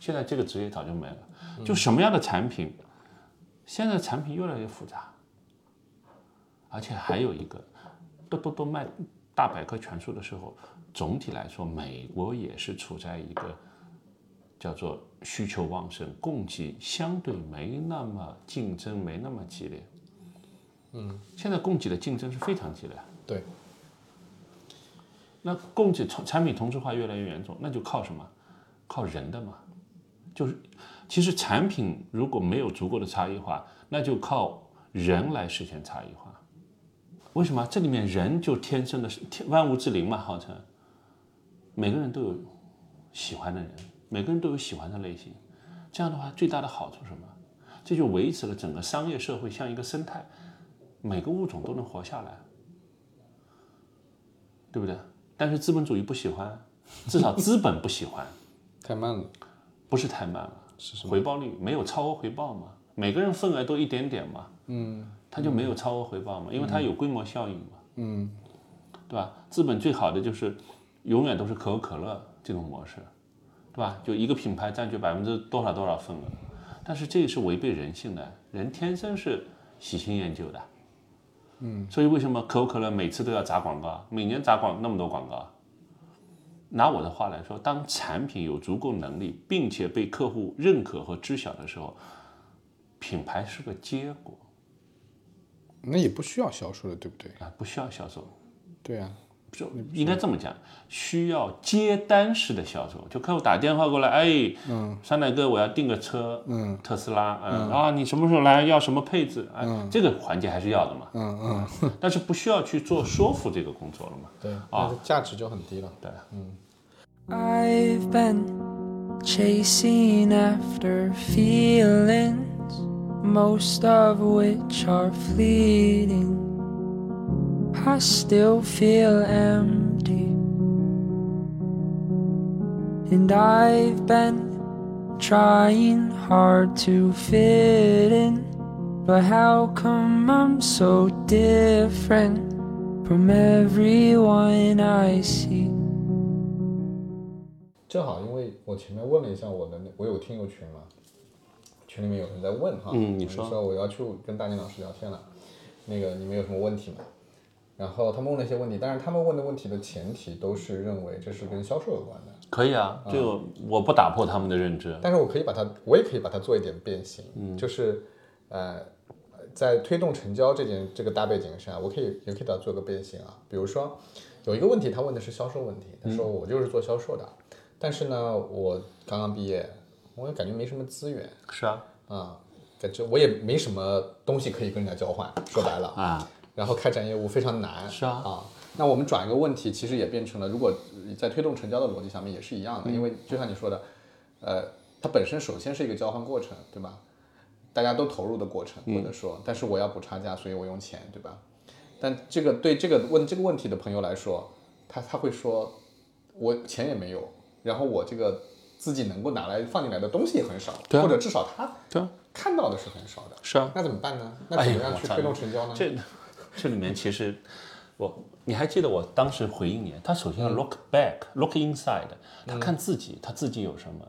A: 现在这个职业早就没了。就什么样的产品，现在产品越来越复杂。而且还有一个，多多多卖大百科全书的时候，总体来说，美国也是处在一个叫做需求旺盛、供给相对没那么竞争没那么激烈。嗯，现在供给的竞争是非常激烈。
C: 对，
A: 那供给产产品同质化越来越严重，那就靠什么？靠人的嘛。就是其实产品如果没有足够的差异化，那就靠人来实现差异化。为什么？这里面人就天生的是天万物之灵嘛，号称每个人都有喜欢的人，每个人都有喜欢的类型。这样的话，最大的好处是什么？这就维持了整个商业社会像一个生态，每个物种都能活下来，对不对？但是资本主义不喜欢，至少资本不喜欢，
C: 太慢了，
A: 不是太慢了，
C: 是什么？
A: 回报率没有超额回报嘛，每个人份额都一点点嘛，
C: 嗯
A: 它就没有超额回报嘛，因为它有规模效应嘛，
C: 嗯，
A: 对吧？资本最好的就是永远都是可口可乐这种模式，对吧？就一个品牌占据百分之多少多少份额，但是这是违背人性的，人天生是喜新厌旧的，嗯，所以为什么可口可乐每次都要砸广告，每年砸广那么多广告？拿我的话来说，当产品有足够能力，并且被客户认可和知晓的时候，品牌是个结果
C: 那也不需要销售了，对不对？
A: 啊，不需要销售。
C: 对啊，
A: 就应该这么讲，需要接单式的销售，就客户打电话过来，哎，嗯，酸奶哥，我要订个车，嗯，特斯拉，嗯，啊，你什么时候来？要什么配置？啊，这个环节还是要的嘛，
C: 嗯嗯，
A: 但是不需要去做说服这个工作了嘛，
C: 对，那价值就很低了。
A: 对，
D: I've been chasing after feelings, most of which are fleeting. I still feel empty. And I've been trying hard to fit in. But how come I'm so different from everyone I see?
C: 正好因为我前面问了一下我的那，我有听友群嘛，群里面有人在问哈，
A: 嗯你
C: 我就
A: 说
C: 说我要去跟大年老师聊天了，那个你们有什么问题吗？然后他们问了一些问题，但是他们问的问题的前提都是认为这是跟销售有关的，
A: 可以啊，这个我不打破他们的认知，
C: 但是我可以把它，我也可以把它做一点变形，就是呃，在推动成交这件这个大背景上，我可以也可以把它做个变形啊。比如说有一个问题，他问的是销售问题，他说我就是做销售的，但是呢，我刚刚毕业，我也感觉没什么资源
A: 是啊，
C: 啊，感觉我也没什么东西可以跟人家交换，说白了，
A: 啊，
C: 然后开展业务非常难。
A: 是啊
C: 那我们转一个问题，其实也变成了，如果在推动成交的逻辑下面也是一
A: 嗯
C: 样的，因为就像你说的，呃，它本身首先是一个交换过程，对吧？大家都投入的过程，
A: 嗯
C: 或者说，但是我要补差价，所以我用钱，对吧？但这个对这个问这个问题的朋友来说，他他会说，我钱也没有，然后我这个自己能够拿来放进来的东西也很少，
A: 对啊
C: 或者至少他
A: 对啊，
C: 看到的是很少的。
A: 是啊，
C: 那怎么办呢？那怎么
A: 哎
C: 样去推动成交呢？
A: 这这里面其实我你还记得我当时回应你，他首
C: 嗯
A: 先要 look back，look inside，他看自己，他自己有什么。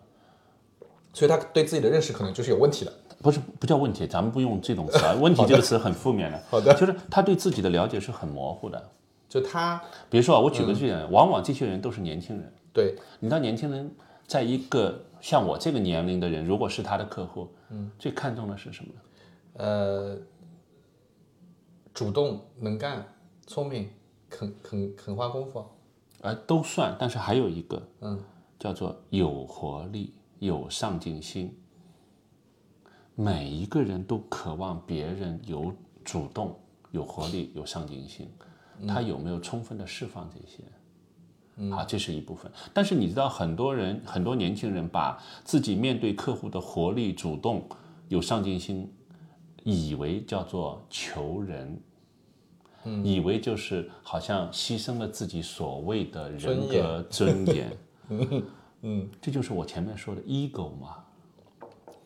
C: 所以他对自己的认识可能就是有问题的。
A: 不是不叫问题，咱们不用这种词 啊。问题这个词很负面的。
C: 好的
A: 就是他对自己的了解是很模糊的。
C: 就他
A: 比如说啊，我
C: 嗯
A: 举个例子，往往这些人都是年轻人。
C: 对
A: 你知道，年轻人在一个像我这个年龄的人，如果是他的客户，嗯，最看重的是什么？
C: 呃主动能干、聪明、肯肯肯花功夫，
A: 呃，都算，但是还有一个
C: 嗯，
A: 叫做有活力、有上进心。每一个人都渴望别人有主动、有活力、有上进心，他有没有充分的释放这些？啊，这是一部分。但是你知道，很多人、很多年轻人把自己面对客户的活力、主动、有上进心，以为叫做求人，以为就是好像牺牲了自己所谓的人格尊严。 嗯，这就是我前面说的 ego 嘛。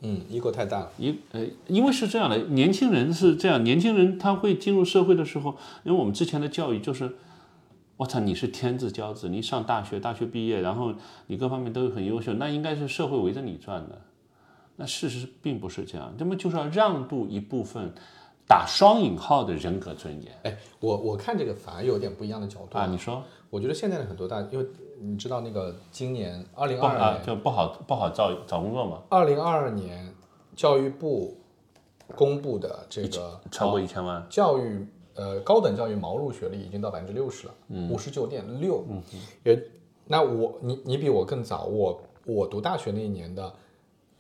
C: 嗯，ego 太大了，
A: 一呃，因为是这样的，年轻人是这样，年轻人他会进入社会的时候，因为我们之前的教育就是，我操，你是天之骄子，你上大学，大学毕业，然后你各方面都很优秀，那应该是社会围着你转的。那事实并不是这样，那么就是要让渡一部分打双引号的人格尊严啊
C: 哎，我我看这个反而有点不一样的角度
A: 啊！你说
C: 我觉得现在的很多大，因为你知道那个今年二零
A: 不
C: 二
A: 啊
C: 二，年，
A: 就不好不好找找工作嘛，
C: 二零二二年教育部公布的这个
A: 超过一千万，
C: 教育呃高等教育毛入学率已经到百分之六十了，五十九点六。也，那我你你比我更早，我我读大学那一年的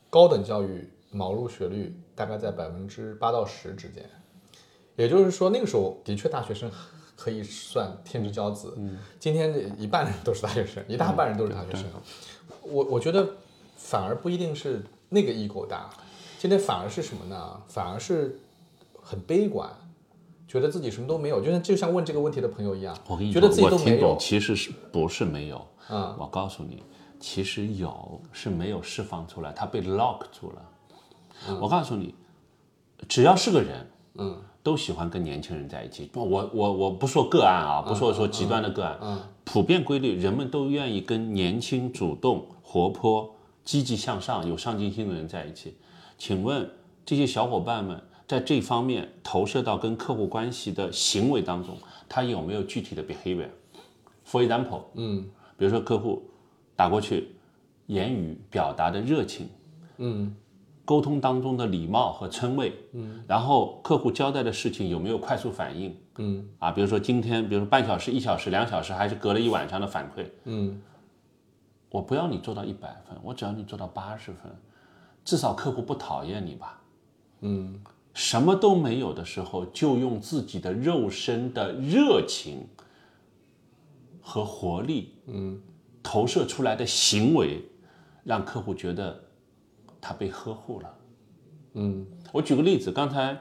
C: 高等教育毛入学率大概在百分之八到十之间，也就是说那个时候的确大学生可以算天之骄子。今天一半人都是大学生，一大半人都是大学生。我我觉得反而不一定是那个 ego 大，今天反而是什么呢？反而是很悲观，觉得自己什么都没有，就像就像问这个问题的朋友一样，
A: 我跟你
C: 啊觉
A: 说，
C: 得自己
A: 哦我
C: 都
A: 听
C: 没
A: 懂，
C: 有。
A: 其实是不是没有？
C: 嗯
A: 我告诉你，其实有是没有释放出来，它被 lock 住了。我告诉你，只要是个人，
C: 嗯，
A: 都喜欢跟年轻人在一起。不我我我不说个案啊，不说说极端的个案，
C: 嗯
A: 普遍规律，人们都愿意跟年轻、主动、活泼、积极向上、有上进心的人在一起。请问这些小伙伴们在这方面投射到跟客户关系的行为当中，他有没有具体的 behavior？For example，
C: 嗯
A: 比如说客户打过去，言语表达的热情，
C: 嗯
A: 沟通当中的礼貌和称谓，嗯，然后客户交代的事情有没有快速反应
C: 嗯
A: 啊？比如说今天，比如说半小时、一小时、两小时，还是隔了一晚上的反馈，
C: 嗯
A: 我不要你做到一百分，我只要你做到八十分，至少客户不讨厌你吧。
C: 嗯
A: 什么都没有的时候，就用自己的肉身的热情和活力，嗯，投射出来的行为，让客户觉得他被呵护了。
C: 嗯
A: 我举个例子，刚才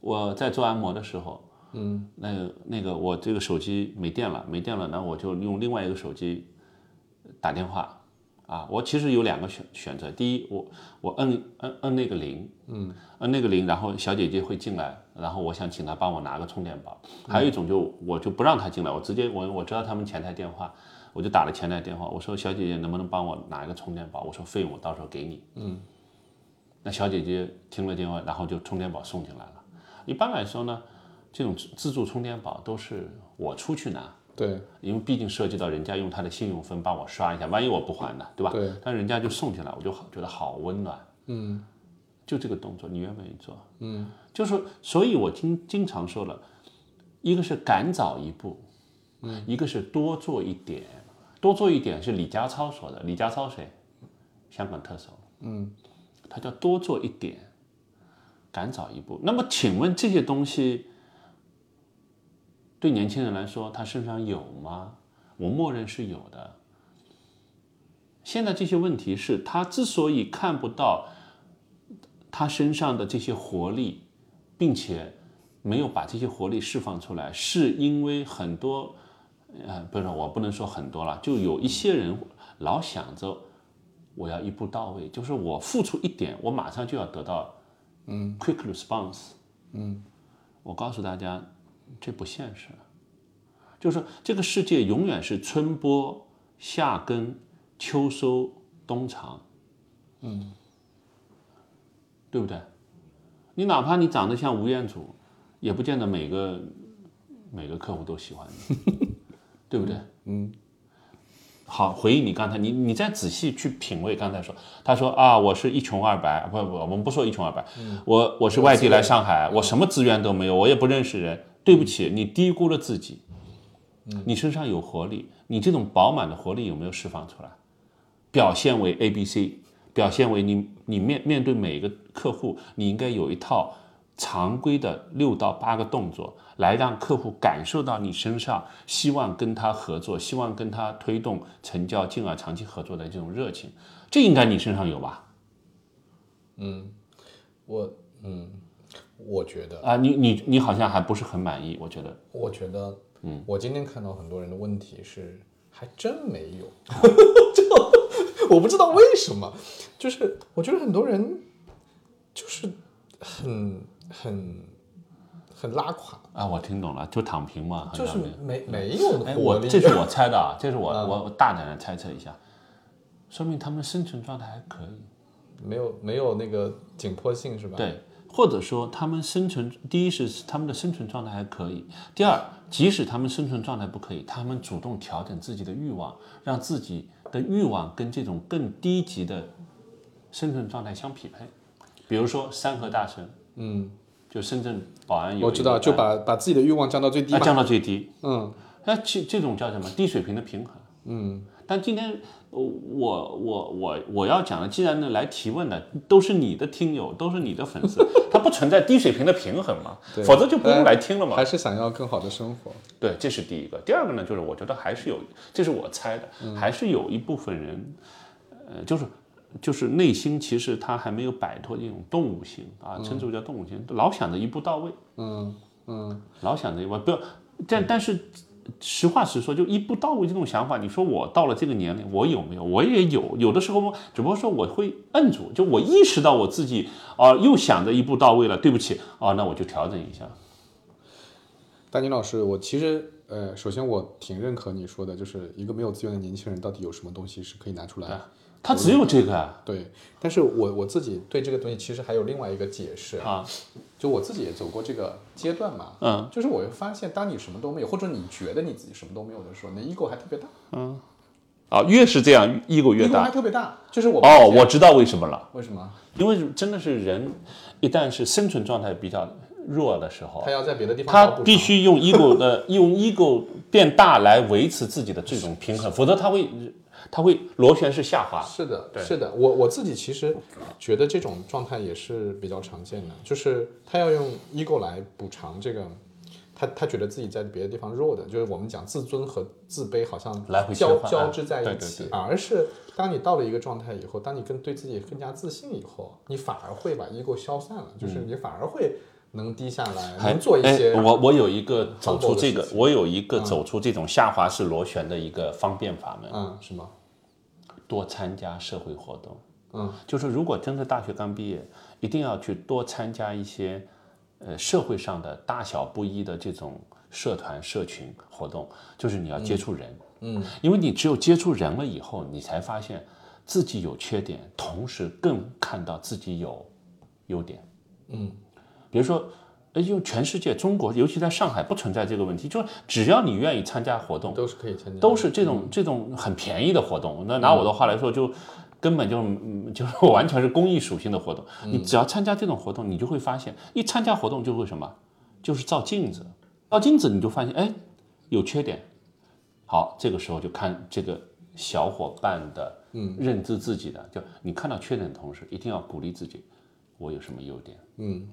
A: 我在做按摩的时候，
C: 嗯
A: 那个那个我这个手机没电了，没电了，那我就用另外一个手机打电话啊。我其实有两个选选择，第一，我我摁摁摁那个铃，
C: 嗯，
A: 摁呃那个铃，然后小姐姐会进来，然后我想请她帮我拿个充电宝。还有一种就我就不让她进来，我直接我我知道他们前台电话，我就打了前台电话，我说小姐姐能不能帮我拿一个充电宝？我说费用我到时候给你。
C: 嗯，
A: 那小姐姐听了电话，然后就充电宝送进来了。一般来说呢，这种自自助充电宝都是我出去拿，
C: 对
A: 因为毕竟涉及到人家用他的信用分帮我刷一下，万一我不还呢，对吧？
C: 对
A: 但人家就送进来，我就好觉得好温暖。
C: 嗯
A: 就这个动作，你愿不愿意做？
C: 嗯
A: 就是说，所以我经经常说了，一个是赶早一步，嗯，一个是多做一点。多做一点是李家超说的，李家超谁？香港特首。
C: 嗯
A: 它叫多做一点，赶早一步。那么，请问这些东西对年轻人来说，他身上有吗？我默认是有的。现在这些问题是他之所以看不到他身上的这些活力，并且没有把这些活力释放出来，是因为很多，呃，不是我不能说很多了，就有一些人老想着我要一步到位，就是我付出一点，我马上就要得到，嗯，quick response，嗯，我告诉大家，这不现实，就是说这个世界永远是春播、夏耕、秋收、冬藏，嗯，对不对？你哪怕你长得像吴彦祖，也不见得每个每个客户都喜欢你，对不对？好，回应你刚才，你你再仔细去品味刚才说，他说啊，我是一穷二白，不不，我们不说一穷二白，我我是外地来上海，我什么资源都没有，我也不认识人，对不起，你低估了自己，你身上有活力，你这种饱满的活力有没有释放出来？表现为 A B C，表现为你你面面对每一个客户，你应该有一套常规的六到八个动作，来让客户感受到你身上希望跟他合作，希望跟他推动成交，进而长期合作的这种热情，这应该你身上有吧？
C: 嗯，我嗯，我觉得
A: 啊，你你你好像还不是很满意，我觉得
C: 我觉得，嗯，我今天看到很多人的问题是，还真没 有，这我不知道为什么，就是我觉得很多人就是很很很拉垮，
A: 啊，我听懂了，就躺平嘛，
C: 就是
A: 好像
C: 没没有
A: 哎，
C: 活
A: 我
C: 力，
A: 这是我猜的啊，这是我、我我大胆的猜测一下，说明他们的生存状态还可以。
C: 没有没有那个紧迫性是吧？，
A: 对，或者说他们生存，第一是他们的生存状态还可以，第二，即使他们生存状态不可以，他们主动调整自己的欲望，让自己的欲望跟这种更低级的生存状态相匹配。比如说山河大神，
C: 嗯
A: 就深圳宝安有一个
C: 我知道，就把把自己的欲望降到最低
A: 啊
C: 嘛。
A: 降到最低，
C: 嗯
A: 那这这种叫什么低水平的平衡？嗯，但今天呃我我我我要讲的，既然呢来提问的都是你的听友，都是你的粉丝， 它不存在低水平的平衡嘛，
C: 对哎
A: 否则就不用来听了嘛
C: 还。是想要更好的生活。
A: 对，这是第一个。第二个呢，就是我觉得还是有，这是我猜的，
C: 嗯
A: 还是有一部分人，呃，就是就是内心其实他还没有摆脱这种动物性啊，称之为叫动物性，老想着一步到位，
C: 嗯嗯，
A: 老想着一步不要，但但是实话实说，就一步到位这种想法，你说我到了这个年龄，我有没有？我也有，有的时候只不过说我会摁住，就我意识到我自己啊、又想着一步到位了，对不起啊、那我就调整一下。
C: 丹尼老师，我其实呃，首先我挺认可你说的，就是一个没有资源的年轻人到底有什么东西是可以拿出来。
A: 他只有这个啊
C: 对，但是我我自己对这个东西其实还有另外一个解释，
A: 啊，
C: 就我自己也走过这个阶段嘛，
A: 嗯，
C: 就是我会发现，当你什么都没有，或者你觉得你自己什么都没有的时候，你的 ego 还特别大
A: 啊，越是这样，ego 越
C: ，ego 还
A: 大。
C: 特别大，就是我
A: 哦，我知道为什么了，
C: 为什么
A: 因为真的是人一旦是生存状态比较弱的时候
C: 他，要在别的地方
A: 他
C: 脑补
A: 必
C: 上
A: 须用 ego 的 用 ego 变大来维持自己的这种平 衡，否则他会他会螺旋式下滑。
C: 是的，
A: 对
C: 是的，我我自己其实觉得这种状态也是比较常见的，就是他要用 ego 来补偿这个，他他觉得自己在别的地方弱的，就是我们讲自尊和自卑好像
A: 来回切
C: 交
A: 换
C: 交
A: 哎
C: 织在
A: 对
C: 一
A: 对
C: 起，啊
A: 对
C: 而是当你到了一个状态以后，当你更对自己更加自信以后，你反而会把 ego 消散了，就是你反而会能低下来，
A: 嗯哎
C: 能做一些
A: 哎我我有一个走出
C: humble 的
A: 这个
C: 事，情
A: 我有一个走出这种下滑式螺旋的一个方便法门，
C: 嗯什么
A: 多参加社会活动。
C: 嗯
A: 就是如果真的大学刚毕业，一定要去多参加一些呃社会上的大小不一的这种社团、社群活动，就是你要接触人，
C: 嗯
A: 因为你只有接触人了以后，你才发现自己有缺点，同时更看到自己有优点。
C: 嗯，
A: 比如说。呃因为全世界，中国尤其在上海不存在这个问题，就是只要你愿意参加活动，
C: 都是可以参加的，
A: 都是这种
C: 嗯
A: 这种很便宜的活动。那拿我的话来说，就根本就 嗯就是完全是公益属性的活动。
C: 嗯
A: 你只要参加这种活动，你就会发现，一参加活动就会什么，就是照镜子，照镜子你就发现，哎，有缺点。好，这个时候就看这个小伙伴的认知自己的，就你看到缺点的同时，一定要鼓励自己，我有什么优点。
C: 嗯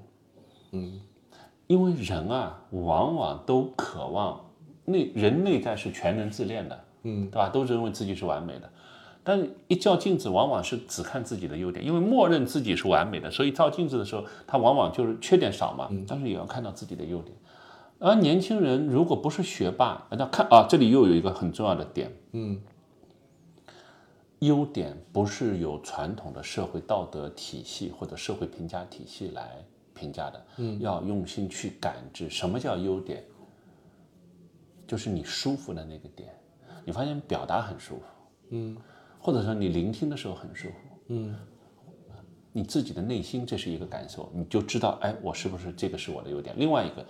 A: 因为人啊，往往都渴望内人内在是全能自恋的，
C: 嗯，
A: 对吧？都认为自己是完美的，但一照镜子，往往是只看自己的优点，因为默认自己是完美的，所以照镜子的时候，他往往就是缺点少
C: 嗯
A: 嘛，但是也要看到自己的优点。而年轻人如果不是学霸，那看啊，这里又有一个很重要的点，
C: 嗯
A: 优点不是由传统的社会道德体系或者社会评价体系来评价的，嗯，要用心去感知什么叫优点，就是你舒服的那个点，你发现表达很舒服，
C: 嗯，
A: 或者说你聆听的时候很舒服，
C: 嗯，
A: 你自己的内心这是一个感受，你就知道，哎，我是不是这个是我的优点？另外一个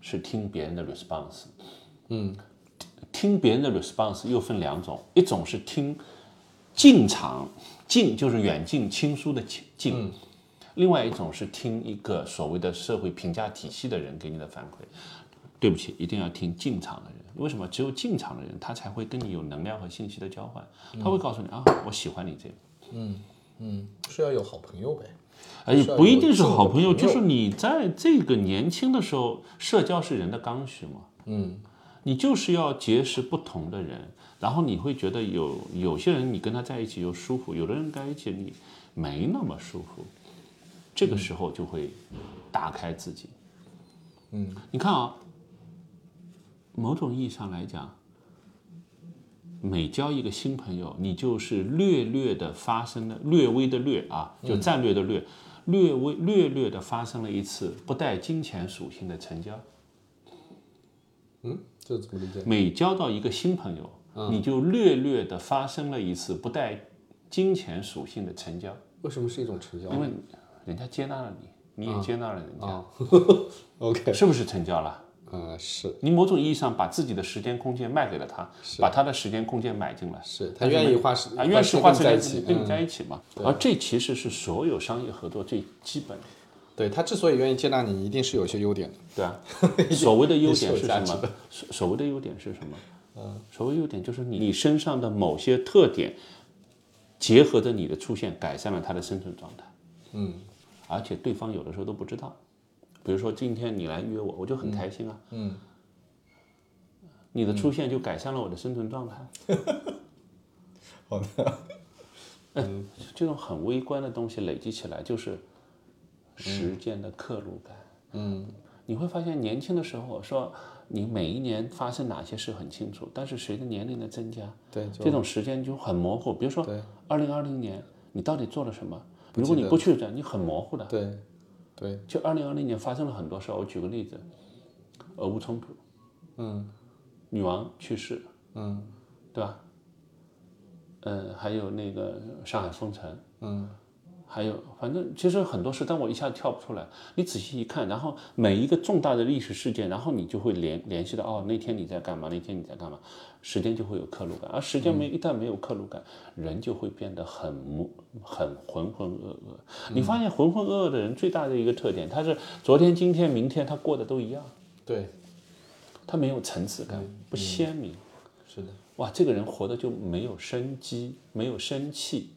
A: 是听别人的 response，
C: 嗯
A: 听别人的 response 又分两种，一种是听近场近，就是远近亲疏的亲近；
C: 嗯
A: 另外一种是听一个所谓的社会评价体系的人给你的反馈。对不起，一定要听进场的人。为什么？只有进场的人，他才会跟你有能量和信息的交换。他会告诉你啊，我喜欢你这个，
C: 嗯，是要有好朋友呗，
A: 而且
C: 是啊
A: 哎不一定
C: 有
A: 是
C: 自我
A: 好朋友，
C: 朋友
A: 就是你在这个年轻的时候，社交是人的刚需嘛。
C: 嗯
A: 你就是要结识不同的人，然后你会觉得有有些人你跟他在一起又舒服，有的人在一起你没那么舒服，这个时候就会打开自己。
C: 嗯。
A: 你看啊，某种意义上来讲，每交一个新朋友，你就是略略的发生了略微的略啊，就
C: 嗯
A: 战略的略，略微略略的发生了一次不带金钱属性的成交。
C: 嗯，这怎么理解？
A: 每交到一个新朋友，
C: 嗯
A: 你就略略的发生了一次不带金钱属性的成交，
C: 为什么是一种成交？
A: 因为人家接纳了你，你也接纳了人家，
C: 啊，OK，
A: 是不是成交了？
C: 呃，是
A: 你某种意义上把自己的时间空间卖给了他，把他的时间空间买进来，
C: 是，他愿意花时，
A: 啊，愿意
C: 时
A: 花
C: 间
A: 时
C: 在
A: 间
C: 一起，
A: 跟你在
C: 嗯
A: 一起嘛。而这其实是所有商业合作最基本的。
C: 对他之所以愿意接纳你，一定是有一些优点的。
A: 对 啊，所谓的优点是什
C: 也是有价值
A: 么？所所谓的优点是什么？嗯，所谓优点就是你你身上的某些特点，结合着你的出现，改善了他的生存状态。
C: 嗯
A: 而且对方有的时候都不知道。比如说今天你来约我，我就很开心啊，
C: 嗯，
A: 你的出现就改善了我的生存状态。
C: 好的，
A: 哎
C: 嗯
A: 这种很微观的东西累积起来，就是时间的刻录感。
C: 嗯，
A: 你会发现，年轻的时候我说你每一年发生哪些事很清楚，但是随着年龄的增加，
C: 对，就
A: 这种时间就很模糊。比如说
C: 对，
A: 二零二零年你到底做了什么？
C: 记
A: 如果你
C: 得
A: 不去的，你很模糊的。
C: 对对，
A: 就二零二零年发生了很多事儿，我举个例子，呃俄乌冲突，
C: 嗯
A: 女王去世，
C: 嗯
A: 对吧？嗯，还有那个上海封城，
C: 嗯，
A: 还有反正其实很多事，但我一下跳不出来。你仔细一看，然后每一个重大的历史事件，然后你就会联联系到哦，那天你在干嘛？那天你在干嘛？时间就会有刻录感，而时间没一旦没有刻录感，人就会变得很模很浑浑噩噩。你发现浑浑噩噩的人最大的一个特点，他是昨天、今天、明天他过得都一样，
C: 对，
A: 他没有层次感，不鲜明。
C: 是的，
A: 哇，这个人活的就没有生机，没有生气。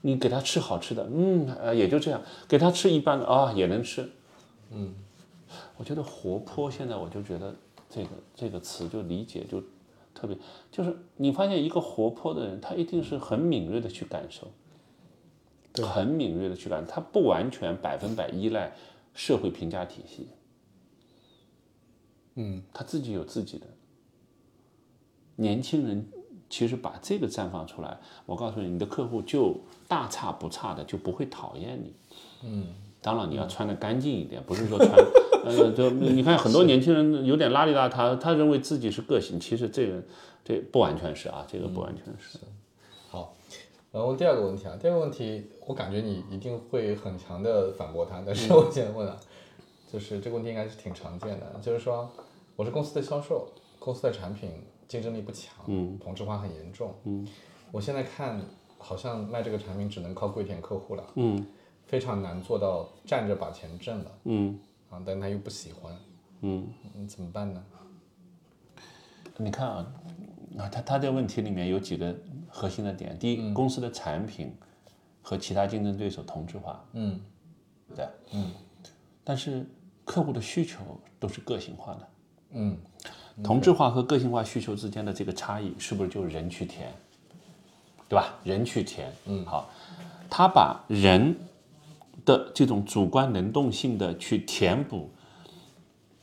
A: 你给他吃好吃的，嗯，呃，也就这样；给他吃一般的啊，也能吃。
C: 嗯，
A: 我觉得活泼，现在我就觉得这个这个词就理解就特别，就是你发现一个活泼的人，他一定是很敏锐的去感受，
C: 对
A: 很敏锐的去感受，他不完全百分百依赖社会评价体系，
C: 嗯
A: 他自己有自己的。年轻人其实把这个绽放出来，我告诉你，你的客户就大差不差的就不会讨厌你。
C: 嗯，
A: 当然你要穿的干净一点，不是说穿， 呃，就你看很多年轻人有点邋里邋遢，他认为自己是个性，其实这个这不完全是啊，这个不完全是。
C: 好。然后第二个问题啊，第二个问题，我感觉你一定会很强的反驳他，但
A: 嗯
C: 是我想问啊，就是这个问题应该是挺常见的，就是说我是公司的销售，公司的产品竞争力不强，
A: 嗯，
C: 同质化很严重，嗯，我现在看好像卖这个产品只能靠跪舔客户了，
A: 嗯
C: 非常难做到站着把钱挣了
A: 嗯
C: 啊，但他又不喜欢，
A: 嗯，
C: 嗯，怎么办呢？
A: 你看啊，啊，他他这问题里面有几个核心的点，第
C: 嗯
A: 一，公司的产品和其他竞争对手同质化，
C: 嗯
A: 对，嗯，但是客户的需求都是个性化的，
C: 嗯，
A: 同质化和个性化需求之间的这个差异，是不是就是人去填，对吧？人去填，嗯，好，他把人的这种主观能动性的去填补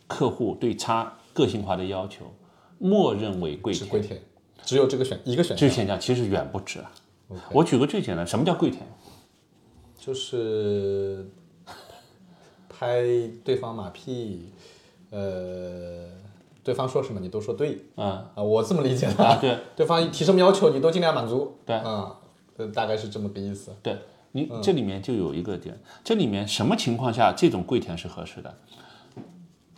A: 客户对差个性化的要求，默认为跪
C: 是跪
A: 舔，
C: 舔，只有这个选一个选
A: 这
C: 项
A: 个，现象其实远不止啊。
C: OK
A: 我举个最简单，什么叫跪舔？
C: 就是拍对方马屁，呃，对方说什么你都说对
A: 嗯，
C: 啊，我这么理解的，
A: 啊对，
C: 对方提什么要求你都尽量满足，
A: 对
C: 啊，呃大概是这么个意思，
A: 对你
C: 嗯
A: 这里面就有一个点，这里面什么情况下这种跪舔是合适的？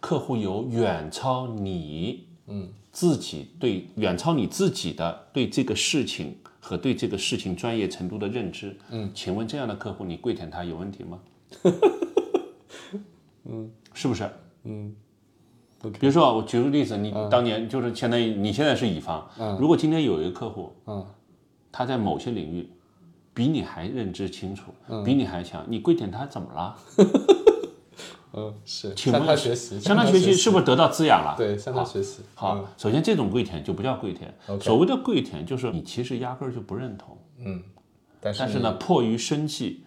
A: 客户有远超你
C: 嗯
A: 自己对远超你自己的对这个事情和对这个事情专业程度的认知，嗯，请问这样的客户你跪舔他有问 题吗？嗯，是不是？
C: 嗯
A: 比如说啊，我举个例子，你当年就是相当于你现在是乙方，如果今天有一个客户，
C: 嗯，
A: 他在某些领域比你还认知清楚，比你还强，你跪舔他怎么 了？
C: 嗯，是
A: 请
C: 向
A: 问
C: 他学习，
A: 向他学习是不是得到滋养了？
C: 对，向他
A: 好
C: 学习，嗯
A: 好，首先这种跪舔就不叫跪舔，
C: OK
A: 所谓的跪舔就是你其实压根儿就不认同，
C: 嗯，但是
A: 但是
C: 你
A: 呢，，迫于生计，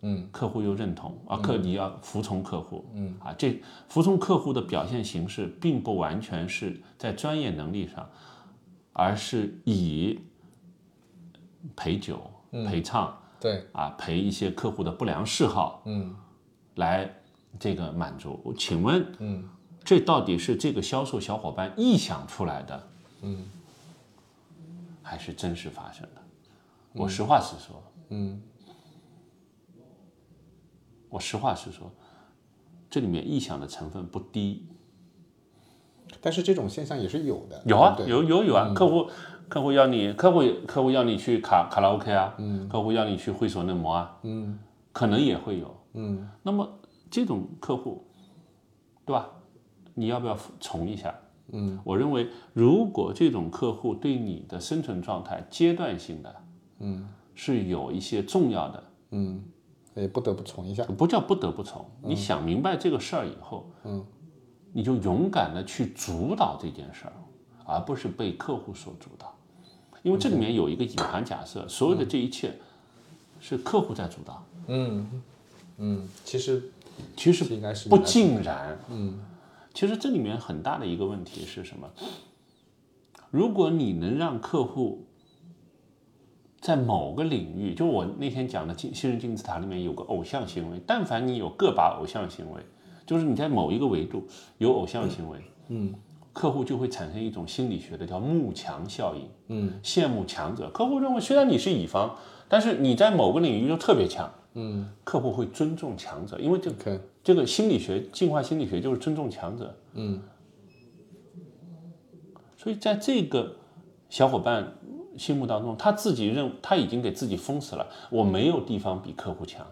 C: 嗯，
A: 客户又认同啊，客你要服从客户，嗯啊，这服从客户的表现形式，并不完全是在专业能力上，而是以
C: 嗯
A: 陪酒、陪唱
C: 对，
A: 啊，陪一些客户的不良嗜好
C: 嗯
A: 来这个满足。我请问，
C: 嗯
A: 这到底是这个销售小伙伴臆想出来的，
C: 嗯，
A: 还是真实发生的？我实话实说，
C: 嗯
A: 我实话实说，这里面臆想的成分不低。
C: 但是这种现象也是有的，
A: 有啊，
C: 对不对嗯
A: 有有有啊，客户客户要你，客户客户要你去卡卡拉 OK 啊，嗯，客户要你去会所嫩模啊，嗯，可能也会有，
C: 嗯，
A: 那么这种客户，对吧？你要不要从一下？
C: 嗯，
A: 我认为如果这种客户对你的生存状态阶段性的，
C: 嗯，
A: 是有一些重要的，
C: 嗯，也不得不从一下。
A: 不叫不得不从。你想明白这个事儿以后，嗯，你就勇敢的去主导这件事儿，而不是被客户所主导，因为这里面有一个隐含假设，所有的这一切是客户在主导。
C: 嗯嗯，其实
A: 其实
C: 应该是
A: 不
C: 你来主
A: 尽然。嗯，其实这里面很大的一个问题是什么？如果你能让客户在某个领域，就我那天讲的金新人金字塔里面有个偶像行为，但凡你有个把偶像行为，就是你在某一个维度有偶像行为，
C: 嗯
A: 客户就会产生一种心理学的叫慕强效应，
C: 嗯
A: 羡慕强者。客户认为虽然你是乙方，但是你在某个领域就特别强，
C: 嗯
A: 客户会尊重强者，因为这个。
C: ，OK，
A: 这个心理学，进化心理学就是尊重强者。
C: 嗯
A: 所以在这个小伙伴心目当中，他自己认他已经给自己封死了，我没有地方比客户强。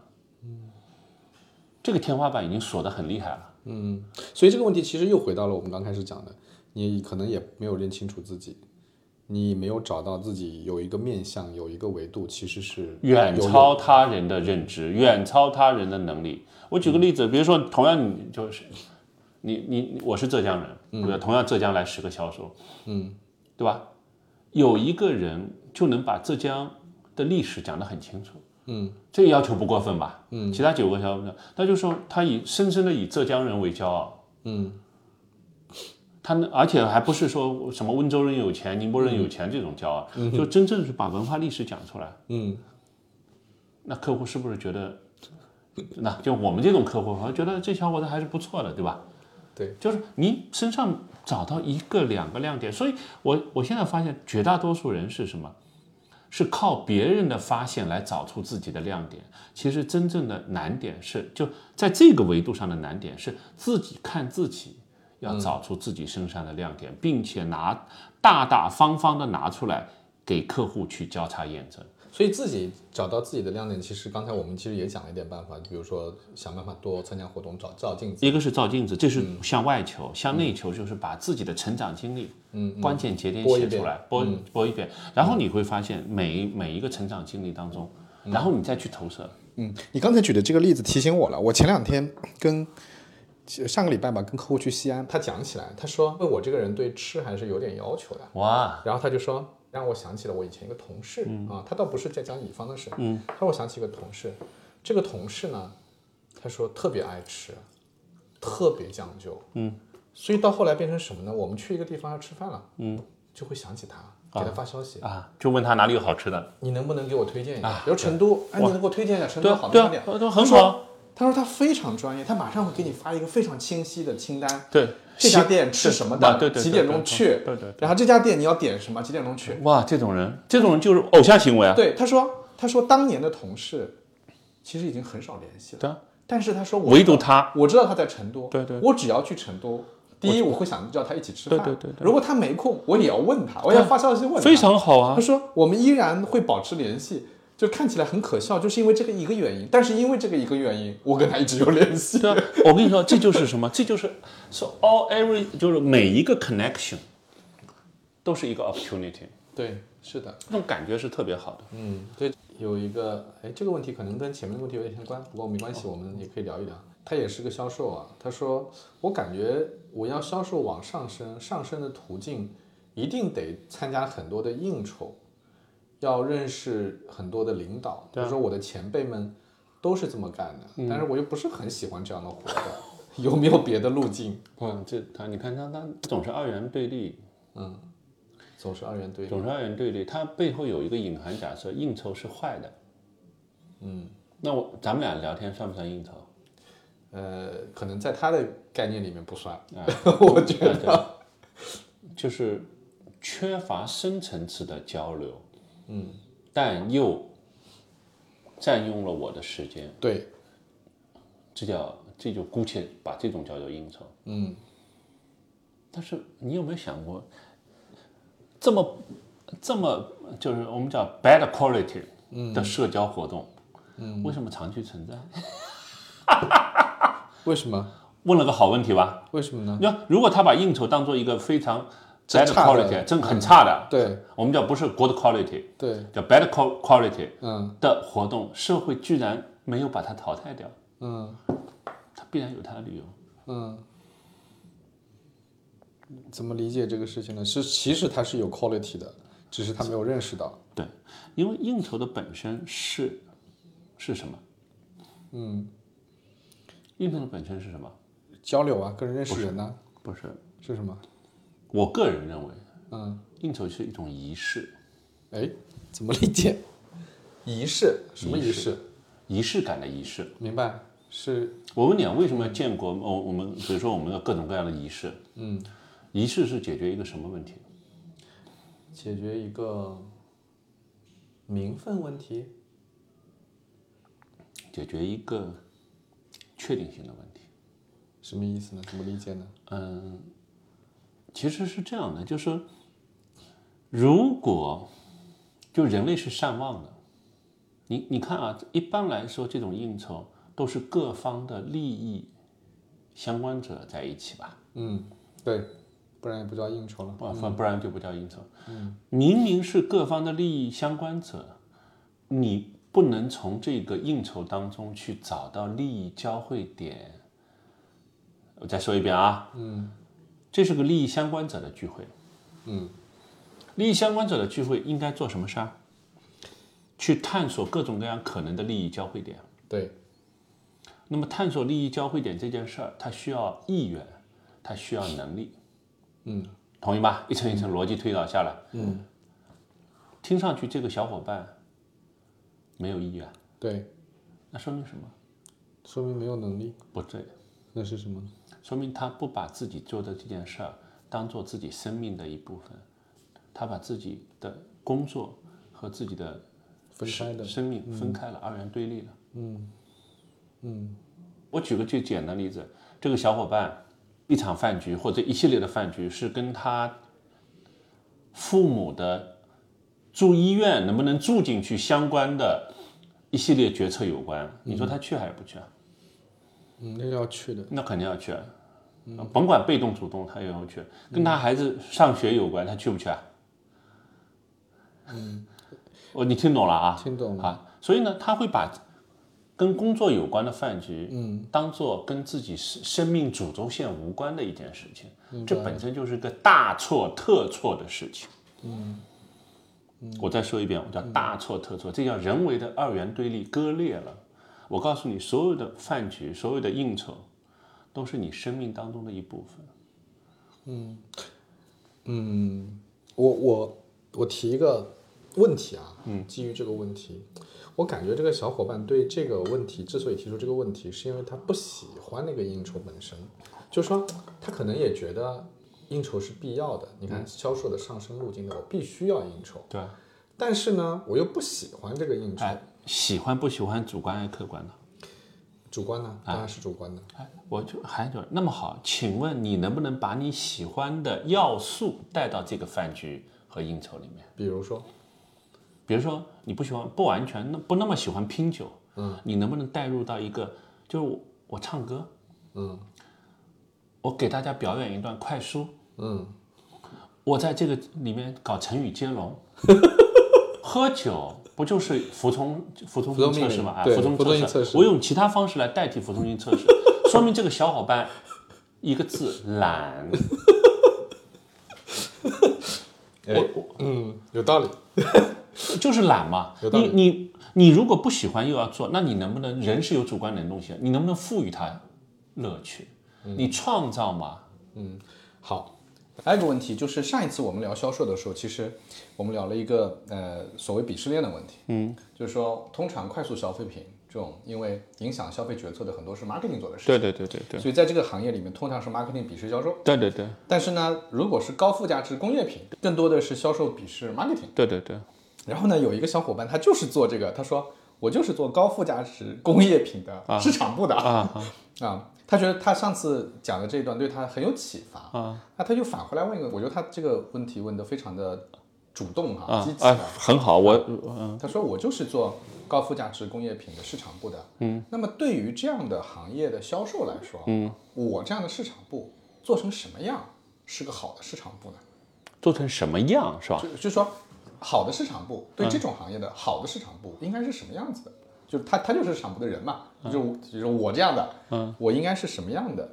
A: 这个天花板已经锁得很厉害了。
C: 嗯，所以这个问题其实又回到了我们刚开始讲的，你可能也没有认清楚自己，你没有找到自己有一个面向，有一个维度，其实是哎
A: 远
C: 有
A: 超他人的认知，远超他人的能力。我举个例子，比如说，同样你就是你你你我是浙江人，对吧？同样浙江来十个销售，
C: 嗯，
A: 对吧？有一个人就能把浙江的历史讲得很清楚，
C: 嗯，
A: 这个要求不过分吧？嗯，其他九个销售，他就说他以深深的以浙江人为骄傲，
C: 嗯
A: 他呢而且还不是说什么温州人有钱、宁波人有钱这种骄傲，就真正是把文化历史讲出来。
C: 嗯
A: 那客户是不是觉得，那就我们这种客户，好像觉得这小伙子还是不错的，对吧？
C: 对，
A: 就是你身上找到一个两个亮点，所以我我现在发现绝大多数人是什么？是靠别人的发现来找出自己的亮点。其实真正的难点是，就在这个维度上的难点是自己看自己，要找出自己身上的亮点，并且拿大大方方的拿出来给客户去交叉验证。
C: 所以自己找到自己的亮点，其实刚才我们其实也讲了一点办法，比如说想办法多参加活动，找照镜子。
A: 一个是照镜子，这是
C: 嗯
A: 向外求；向内求就是把自己的成长经历、嗯、关键节点
C: 播一
A: 写
C: 遍嗯
A: 出来，播播一遍，然后你会发现每每一个成长经历当中，然后你再去投射。
C: 嗯，你刚才举的这个例子提醒我了，我前两天跟上个礼拜吧，跟客户去西安，他讲起来，他说我这个人对吃还是有点要求的。
A: 哇，
C: 然后他就说，让我想起了我以前一个同事、
A: 嗯
C: 啊，他倒不是在讲乙方的事，他让我想起一个同事，这个同事呢，他说特别爱吃，特别讲究，嗯，所以到后来变成什么呢？我们去一个地方要吃饭了，嗯，就会想起他，给他发消息，
A: 啊，就问他哪里有好吃的？
C: 你能不能给我推荐一下？比如成都，哎，你能给我推荐一下成都
A: 对
C: 好的
A: 对啊
C: 饭店？，
A: 都很
C: 他说
A: 好。
C: 他说他非常专业，他马上会给你发一个非常清晰的清单。
A: 对啊
C: 这家店吃什么的，
A: 呃对对对
C: 几点钟去，
A: 对对对对
C: 然后这家店你要点什么，几点钟去。
A: 哇，这种人，这种人就是偶像行为啊。
C: 对，他说他说当年的同事其实已经很少联系了，
A: 对啊，
C: 但是他说我
A: 唯
C: 知道
A: 独他
C: 我知道他在成都，
A: 对对
C: 我只要去成都。第一，我会想叫他一起吃饭。
A: 对对对对
C: 如果他没空，我也要问他，我要发消息问他。
A: 非常好啊
C: 他。说我们依然会保持联系，就看起来很可笑，就是因为这个一个原因。但是因为这个一个原因，我跟他一直有联系。
A: 对啊，我跟你说，这就是什么？这就是说 all every 就是每一个 connection 都是一个 opportunity，
C: 对，是的，
A: 这种感觉是特别好的。
C: 嗯，对，有一个，哎，这个问题可能跟前面的问题有点相关，不过没关系，我们也可以聊一聊。他也是个销售啊，他说我感觉我要销售往上升，上升的途径一定得参加很多的应酬，要认识很多的领导。他说我的前辈们都是这么干的，但是我又不是很喜欢这样的活动， 有没有别的路径？
A: 哇，嗯这他你看他他总是二元对立，
C: 嗯，总是二元对立。
A: 总是二元对立，它背后有一个隐含假设，应酬是坏的。
C: 嗯，
A: 那我咱们俩聊天算不算 应酬？
C: 呃，可能在他的概念里面不算，
A: 啊
C: 我觉
A: 对
C: 得。
A: 对就是缺乏深层次的交流，嗯，但又占用了我的时间，
C: 对，
A: 这叫这就姑且把这种叫做应酬。
C: 嗯，
A: 但是你有没有想过，这么这么就是我们叫 bad quality 的社交活动，嗯，为什么长期存在？
C: 为什么？
A: 问了个好问题吧？
C: 为什么呢？
A: 你看，如果他把应酬当做一个非常 bad
C: 很差的
A: quality，真很差的，
C: 对
A: 我们叫不是 good quality，
C: 对，
A: 叫 bad qual- quality
C: 嗯
A: 的活动，社会居然没有把它淘汰掉，
C: 嗯
A: 它必然有它的理由。
C: 嗯，怎么理解这个事情呢？是其实它是有 quality 的，只是他没有认识到。
A: 对，因为应酬的本身是是什么？
C: 嗯，
A: 应酬的本身是什么？
C: 交流啊，跟人认识人呢、
A: 不是，
C: 是什么？
A: 我个人认为，
C: 嗯，
A: 应酬是一种仪式，
C: 哎，怎么理解？仪式什么仪
A: 仪
C: 式？
A: 仪式感的仪式。
C: 明白是
A: 我问你啊，为什么建国？哦我我们比如说我们有各种各样的仪式，嗯，仪式是解决一个什么问题？
C: 解决一个名分问题。
A: 解决一个确定性的问题。
C: 什么意思呢？怎么理解呢？
A: 嗯，其实是这样的，就是如果就人类是善忘的，你你看啊，一般来说这种应酬都是各方的利益相关者在一起吧，
C: 嗯，对，不然也不叫应酬了。
A: 不不不然就不叫应酬。明明是各方的利益相关者，你不能从这个应酬当中去找到利益交汇点。我再说一遍啊，嗯，这是个利益相关者的聚会，
C: 嗯，
A: 利益相关者的聚会应该做什么事儿？去探索各种各样可能的利益交汇点。
C: 对，
A: 那么探索利益交汇点这件事儿，它需要意愿，它需要能力。
C: 嗯，
A: 同意吧？一层一层逻辑推导下来，
C: 嗯，
A: 听上去这个小伙伴没有意愿，
C: 对，
A: 那说明什么？
C: 说明没有能力，
A: 不对，
C: 那是什么呢？
A: 说明他不把自己做的这件事儿当做自己生命的一部分，他把自己的工作和自己的
C: 分开的。
A: 生命分开了，二元对立了。
C: 嗯嗯
A: 我举个最简单的例子，这个小伙伴一场饭局或者一系列的饭局是跟他父母的住医院能不能住进去相关的一系列决策有关，你说他去还是不去啊？
C: 嗯，那要去的。
A: 那肯定要去啊，
C: 嗯
A: 甭管被动主动，他也要去。跟他孩子上学有关，他去不去啊？嗯，哦，你听懂了啊？
C: 听懂了
A: 啊。所以呢，他会把跟工作有关的饭局，
C: 嗯，
A: 当做跟自己生生命主轴线无关的一件事情，这本身就是个大错特错的事情。嗯，我再说一遍，我叫大错特错，这叫人为的二元对立割裂了。我告诉你，所有的饭局，所有的应酬，都是你生命当中的一部分。
C: 我我我提一个问题啊，嗯，基于这个问题，我感觉这个小伙伴对这个问题之所以提出这个问题，是因为他不喜欢那个应酬本身，就说他可能也觉得应酬是必要的。你看
A: 嗯
C: 销售的上升路径的，我必须要应酬，
A: 对，
C: 但是呢，我又不喜欢这个应酬，
A: 哎，喜欢不喜欢，主观还是客观呢？
C: 主观呢，当然是主观的。
A: 哎，我就还有那么好，请问你能不能把你喜欢的要素带到这个饭局和应酬里面？
C: 比如说，
A: 比如说你不喜欢，不完全那不那么喜欢拼酒，嗯，你能不能带入到一个，就是我我唱歌，
C: 嗯
A: 我给大家表演一段快书，
C: 嗯
A: 我在这个里面搞成语接龙， 喝酒不就是服从服从
C: 服从
A: 性
C: 命
A: 测
C: 令
A: 试吗？啊，
C: 对
A: 服从
C: 服从性
A: 测
C: 测
A: 试，
C: 试
A: 我用其他方式来代替服从性测试，说明这个小伙伴一个 字懒。我我
C: 嗯，有道理。
A: 就是懒嘛
C: 有。道
A: 你
C: 理
A: 你你如果不喜欢又要做，那你能不能人是有主观能动性的，你能不能赋予它乐趣？
C: 嗯
A: 你创造嘛？
C: 好，还有一个问题就是上一次我们聊销售的时候，其实我们聊了一个呃所谓鄙视链的问题，嗯，就是说通常快速消费品这种，因为影响消费决策的很多是 marketing 做的事情，
A: 对对对对
C: 所以在这个行业里面，通常是 marketing 鄙视销售。
A: 对对对
C: 但是呢，如果是高附加值工业品，更多的是销售鄙视 marketing。
A: 对对对，
C: 然后呢，有一个小伙伴他就是做这个，他说我就是做高附加值工业品的市场部的 啊他觉得他上次讲的这一段对他很有启发啊，那他就返回来问一个，我觉得他这个问题问的非常的主动哈、积极啊，
A: 哎很好，我
C: 他说我就是做高附加值工业品的市场部的，嗯，那么对于这样的行业的销售来说，嗯，我这样的市场部做成什么样是个好的市场部呢？
A: 做成什么样是吧
C: 就？就是说，好的市场部对这种行业的好的市场部应该是什么样子的？就是他他就是市场部的人嘛，就是我就是我这样的，嗯，我应该是什么样的，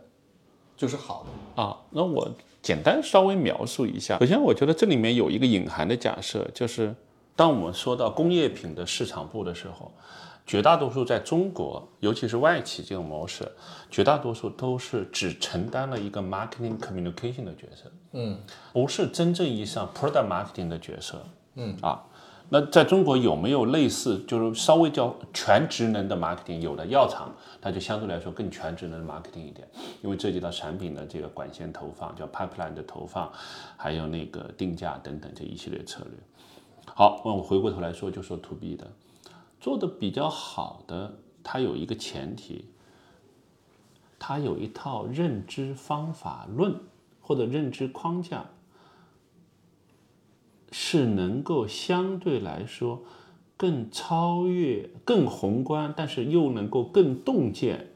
C: 就是好的。
A: 啊，那我简单稍微描述一下。首先，我觉得这里面有一个隐含的假设，就是当我们说到工业品的市场部的时候，绝大多数在中国，尤其是外企这种模式，绝大多数都是只承担了一个 marketing communication 的角色，嗯，不是真正意义上 product marketing 的角色，嗯啊。那在中国有没有类似，就是稍微叫全职能的 marketing？有的药厂，它就相对来说更全职能的 marketing 一点，因为涉及到产品的这个管线投放，叫 pipeline 的投放，还有那个定价等等这一系列策略。好，那我回过头来说，就说 to B 的，做的比较好的，它有一个前提，它有一套认知方法论或者认知框架，是能够相对来说更超越、更宏观，但是又能够更洞见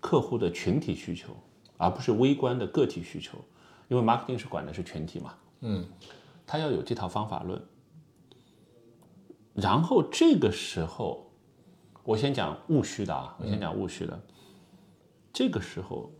A: 客户的群体需求，而不是微观的个体需求。因为 marketing 是管的是群体嘛，
C: 嗯，
A: 他要有这套方法论。然后这个时候，我先讲务虚的啊，我先讲务虚的。这个时候，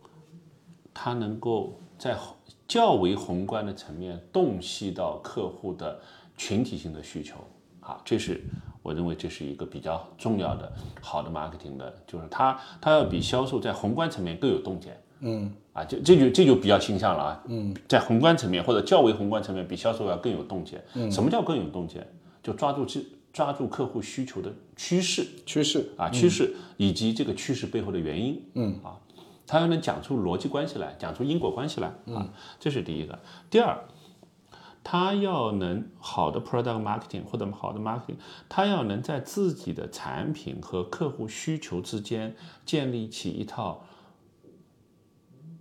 A: 他能够在宏较为宏观的层面洞悉到客户的群体性的需求啊，这是我认为这是一个比较重要的好的 marketing 的，就是它它要比销售在宏观层面更有洞见。嗯，啊，这这就这就比较倾向了啊。嗯，在宏观层面或者较为宏观层面，比销售要更有洞见。嗯，什么叫更有洞见？就抓住这抓住客户需求的趋势。
C: 趋势
A: 啊，趋势以及这个趋势背后的原因，嗯啊，他要能讲出逻辑关系来，讲出因果关系来啊，这是第一个。第二，他要能好的 product marketing 或者好的 marketing，他要能在自己的产品和客户需求之间建立起一套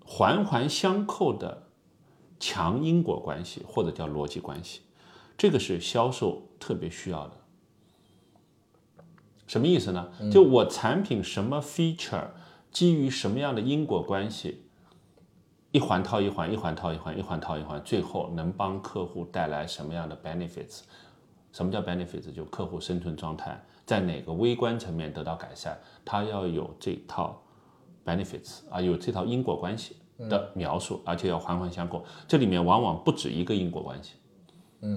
A: 环环相扣的强因果关系，或者叫逻辑关系，这个是销售特别需要的。什么意思呢？就我产品什么 feature 基于什么样的因果关系，一环套一环，一环套一环，一环套一环，最后能帮客户带来什么样的 benefits？什么叫 benefits？就客户生存状态在哪个微观层面得到改善，它要有这套 benefits 啊，有这套因果关系的描述，而且要环环相扣。这里面往往不止一个因果关系，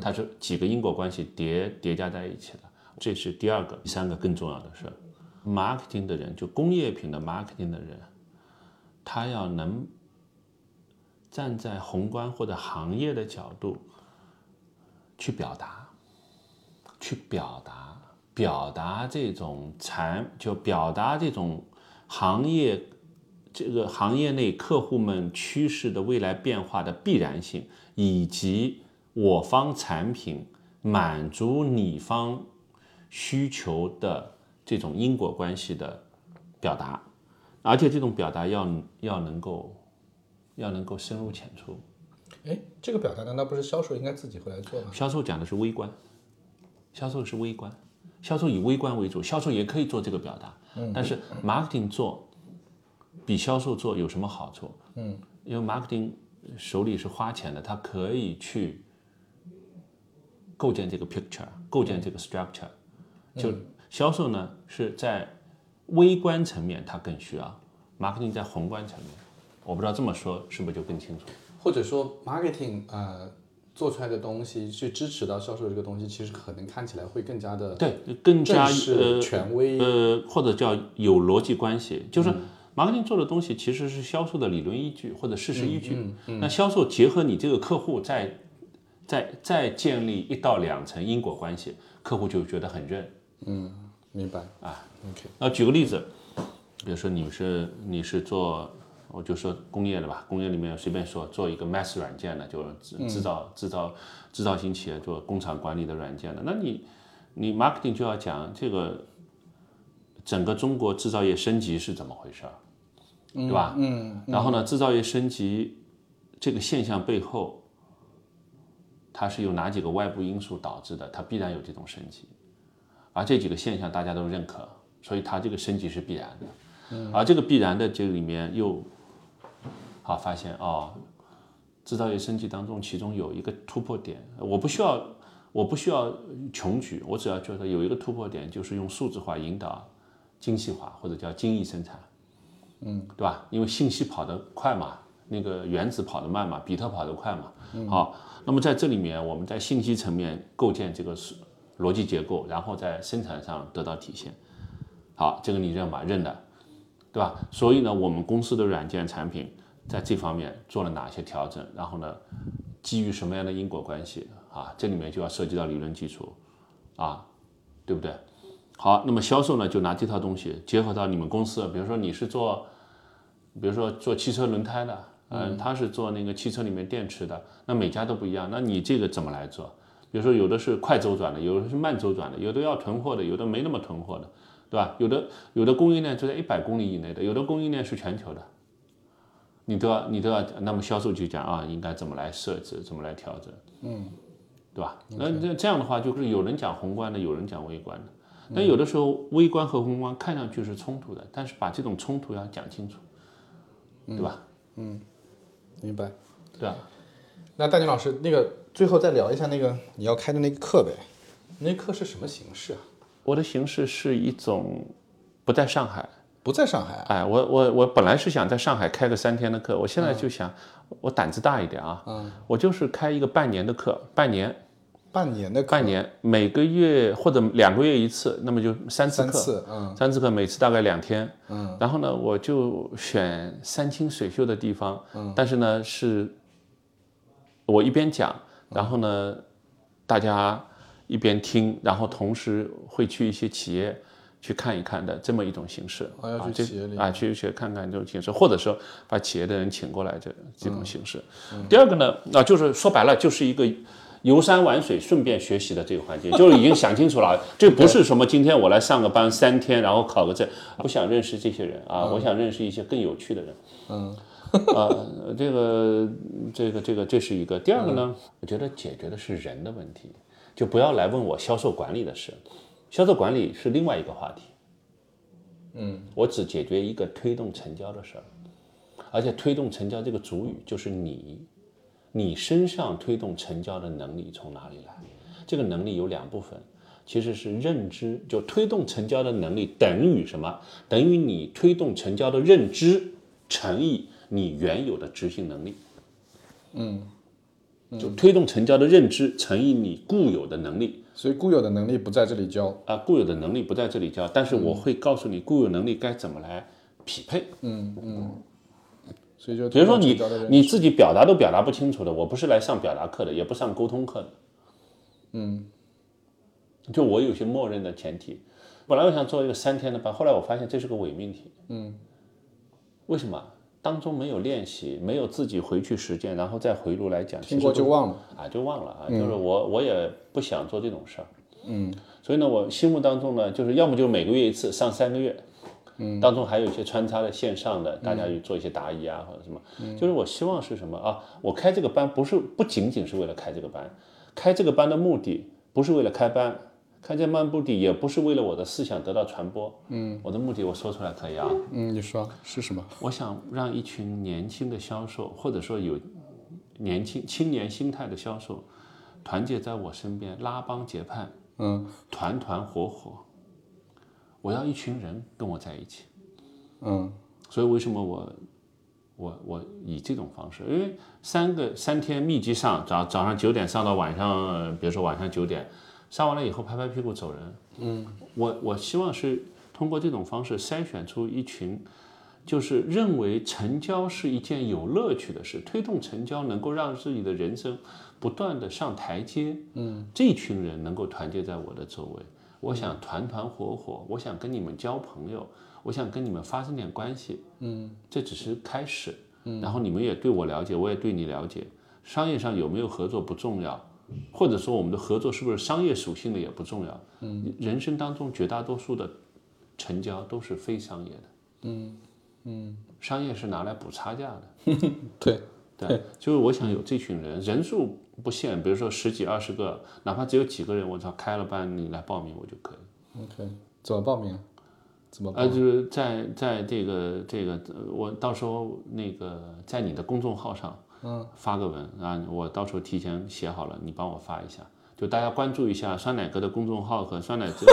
A: 它是几个因果关系叠叠加在一起的。这是第二个，第三个更重要的是，marketing 的人，就工业品的 marketing 的人，他要能站在宏观或者行业的角度去表达，去表达，表达这种产，就表达这种行业这个行业内客户们趋势的未来变化的必然性，以及我方产品满足你方需求的这种因果关系的表达，而且这种表达要要能够要能够深入浅出。
C: 哎，这个表达难道不是销售应该自己会来做吗？
A: 销售讲的是微观，销售是微观，销售以微观为主，销售也可以做这个表达，但是 marketing 做比销售做有什么好处？嗯，因为 marketing 手里是花钱的，他可以去构建这个 picture，构建这个 structure，、就销售呢是在微观层面它更需要，marketing 在宏观层面，我不知道这么说是不是就更清楚？
C: 或者说 marketing 呃做出来的东西去支持到销售这个东西，其实可能看起来会更加的
A: 对，更加
C: 正式
A: 呃
C: 权威嗯
A: 呃，或者叫有逻辑关系，就是 marketing 做的东西其实是销售的理论依据或者事实依
C: 嗯
A: 据。那销售结合你这个客户再再再建立一到两层因果关系，客户就觉得很认。
C: 明白啊？OK，
A: 那举个例子，比如说你是你是做，我就说工业的吧，工业里面随便说做一个 Mass 软件的，就是制制造、制造制造型企业做工厂管理的软件的，那你你 marketing 就要讲这个整个中国制造业升级是怎么回事儿，对吧？嗯。然后呢，制造业升级这个现象背后，它是有哪几个外部因素导致的？它必然有这种升级。而这几个现象大家都认可，所以它这个升级是必然的。而这个必然的这里面又，好发现哦，制造业升级当中其中有一个突破点，我不需要我不需要穷举，我只要觉得有一个突破点，就是用数字化引导精细化或者叫精益生产，嗯，对吧？因为信息跑得快嘛，那个原子跑得慢嘛，比特跑得快嘛，好，那么在这里面我们在信息层面构建这个是逻辑结构，然后在生产上得到体现。好，这个你认吧，认的，对吧？所以呢，我们公司的软件产品在这方面做了哪些调整？然后呢，基于什么样的因果关系啊？这里面就要涉及到理论基础啊，对不对？好，那么销售呢，就拿这套东西结合到你们公司，比如说你是做，比如说做汽车轮胎的，嗯，他是做那个汽车里面电池的，那每家都不一样，那你这个怎么来做？比如说有的是快周转的，有的是慢周转的，有的要囤货的，有的没那么囤货的，对吧？有的有的供应链就在一百公里以内的，有的供应链是全球的，你都要你都要，那么销售就讲啊，应该怎么来设置，怎么来调整，嗯，对吧？那那这样的话，就是有人讲宏观的，有人讲微观的，但有的时候微观和宏观看上去是冲突的，但是把这种冲突要讲清楚，对吧？
C: 明白。
A: 对吧？
C: 那戴宁老师，那个最后再聊一下那个你要开的那个课呗，那课是什么形式啊？
A: 我的形式是一种不在上海，
C: 不在上海啊？
A: 哎，我我我本来是想在上海开个三天的课，我现在
C: 嗯
A: 就想，我胆子大一点啊，我就是开一个半年的课，半年
C: 半年的课，
A: 半年，每个月或者两个月一次，那么就三次
C: 三
A: 课，
C: 次，嗯
A: 三次课每次大概两天，嗯，然后呢，我就选山清水秀的地方，嗯，但是呢是，我一边讲，
C: 嗯
A: 然后呢，大家一边听，然后同时会去一些企业去看一看的这么一种形式，
C: 哦要去
A: 啊这
C: 企业里
A: 啊去去看看这种形式，或者说把企业的人请过来这这种形式。
C: 嗯
A: 第二个呢，啊，就是说白了就是一个。游山玩水，顺便学习的这个环节， 就是已经想清楚了啊，这不是什么今天我来上个班三天，然后考个证，我想认识这些人啊，
C: 嗯
A: 我想认识一些更有趣的人。 呃，这个这个这个这是一个。第二个呢，我觉得解决的是人的问题，就不要来问我销售管理的事，销售管理是另外一个话题。嗯，我只解决一个推动成交的事儿，而且推动成交这个主语就是你，你身上推动成交的能力从哪里来？这个能力有两部分。其实是认知，就推动成交的能力等于什么？等于你推动成交的认知乘以你原有的执行能力。嗯，就推动成交的认知乘以你固有的能力
C: 所以固有的能力不在这里教，
A: 啊，固有的能力不在这里教，但是我会告诉你固有能力该怎么来匹配。
C: 嗯所以就
A: 比如说
C: 教的
A: 你
C: 人
A: 你自己表达都表达不清楚的，我不是来上表达课的，也不上沟通课的。嗯，就我有些默认的前提，本来我想做一个三天的班，后来我发现这是个伪命题。嗯，为什么？当中没有练习，没有自己回去实践，然后再回炉来讲，
C: 听过
A: 其实
C: 就
A: 都
C: 忘了，
A: 啊，就忘了啊，就是我我也不想做这种事儿，嗯，所以呢，我心目当中呢，就是要么就每个月一次上三个月，嗯，当中还有一些穿插的线上的，大家去做一些答疑啊或者什么，就是我希望是什么啊？我开这个班不是不仅仅是为了开这个班，开这个班的目的不是为了开班。开这班目的也不是为了我的思想得到传播，嗯，我的目的我说出来可以啊，
C: 嗯，你说是什么？
A: 我想让一群年轻的销售，或者说有年轻青年心态的销售，团结在我身边，拉帮结派，
C: 嗯
A: 团团伙伙。我要一群人跟我在一起。
C: 嗯，
A: 所以为什么我我我以这种方式？因为三个三天密集上，早早上九点上到晚上，呃比如说晚上九点，上完了以后拍拍屁股走人。嗯，我我希望是通过这种方式筛选出一群。就是认为成交是一件有乐趣的事，推动成交能够让自己的人生不断的上台阶。嗯，这群人能够团结在我的周围，我想团团伙伙，我想跟你们交朋友，我想跟你们发生点关系。嗯，这只是开始。嗯，然后你们也对我了解，我也对你了解，商业上有没有合作不重要，或者说我们的合作是不是商业属性的也不重要。嗯，人生当中绝大多数的成交都是非商业的。嗯嗯，商业是拿来补差价的。
C: 对，
A: 对，就是我想有这群人，人数不限，比如说十几二十个，哪怕只有几个人，我只要开了班，你来报名我就可以。
C: OK，怎么报名？怎么报
A: 呃，就
C: 名？
A: 是在在这个这个，呃我到时候那个在你的公众号上，嗯，发个文啊，我到时候提前写好了，你帮我发一下。就大家关注一下酸奶哥的公众号和酸奶 哥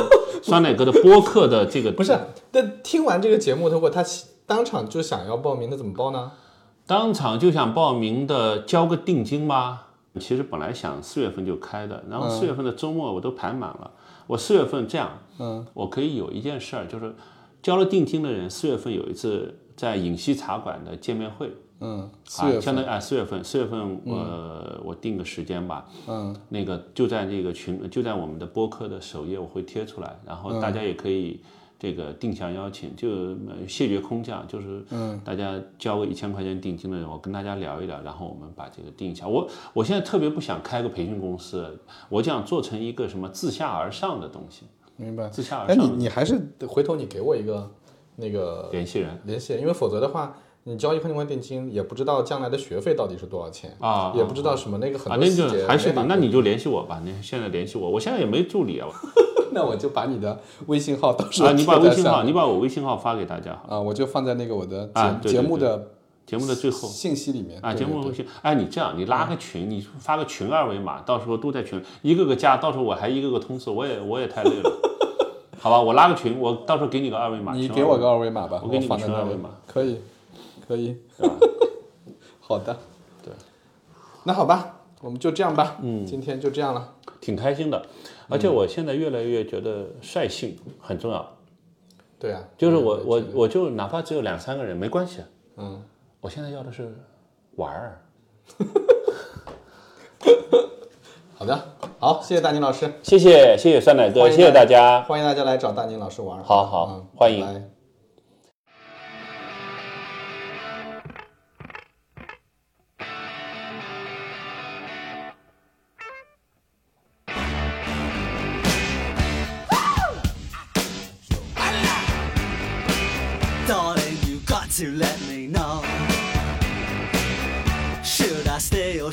A: 酸奶哥的播客的这个
C: 不是，但听完这个节目，如果他当场就想要报名，他怎么报呢？
A: 当场就想报名的，交个定金吧。其实本来想四月份就开的，然
C: 嗯
A: 后四月份的周末我都排满了。我四月份这样，嗯，我可以有一件事儿，就是交了定金的人，四月份有一次在影溪茶馆的见面会。
C: 嗯，四
A: 啊，
C: 月
A: 相当
C: 份，
A: 于啊，四月份，四月份我、我定个时间吧，
C: 嗯，
A: 那个就在那个群，就在我们的播客的首页我会贴出来，然
C: 嗯
A: 后大家也可以这个定向邀请，就呃谢绝空降，就是
C: 嗯
A: 大家交个一千块钱定金的人，我跟大家聊一聊，然后我们把这个定一下。我我现在特别不想开个培训公司，我想做成一个什么自下而上的东西，
C: 明白。
A: 自下而
C: 哎，你
A: 上的
C: 你还是回头你给我一个那个
A: 联系人
C: 联系，因为否则的话，你交一块钱块定金，也不知道将来的学费到底是多少钱
A: 啊
C: 也不知道什么那个很
A: 啊，
C: 多
A: 那
C: 细
A: 就
C: 节。
A: 还是
C: 没法
A: 你，那你就联系我吧，你现在联系我，我现在也没助理啊，
C: 那我就把你的微信号到时候
A: 啊，你把
C: 贴在
A: 微信号，
C: 上
A: 你把我微信号发给大家好了。
C: 啊，我就放在那个我的节、
A: 啊对对
C: 节目
A: 对
C: 的
A: 节目的最后
C: 信息里面
A: 啊，
C: 对
A: 节目
C: 对嗯
A: 的
C: 对
A: 最后，哎，你这样，你拉个群，你发个群二维码，到时候都在群，一个个加，到时候我还一个个通知，我也我也太累 了，好吧，我拉个群，我到时候给你个二维码，
C: 你
A: 群
C: 给
A: 二维
C: 我
A: 码
C: 个二维码吧，
A: 我给你
C: 放
A: 个
C: 在
A: 群
C: 那
A: 二
C: 里
A: 维码，
C: 可以，可以，好的，
A: 对，
C: 那好吧，我们就这样吧，嗯，今天就这样了，
A: 挺开心的，而
C: 嗯
A: 且我现在越来越觉得率性很重要，
C: 对啊，
A: 就是我我我就哪怕只有两三个人没关系，
C: 嗯，
A: 我现在要的是玩儿，
C: 好的，好，谢谢大宁老师，
A: 谢谢谢谢酸奶哥，
C: 欢迎
A: 谢谢大家，
C: 欢迎大家来找大宁老师玩儿，
A: 好好
C: 嗯
A: 欢迎
C: 拜拜
E: Darling, you got to let me know. Should I stay or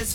E: is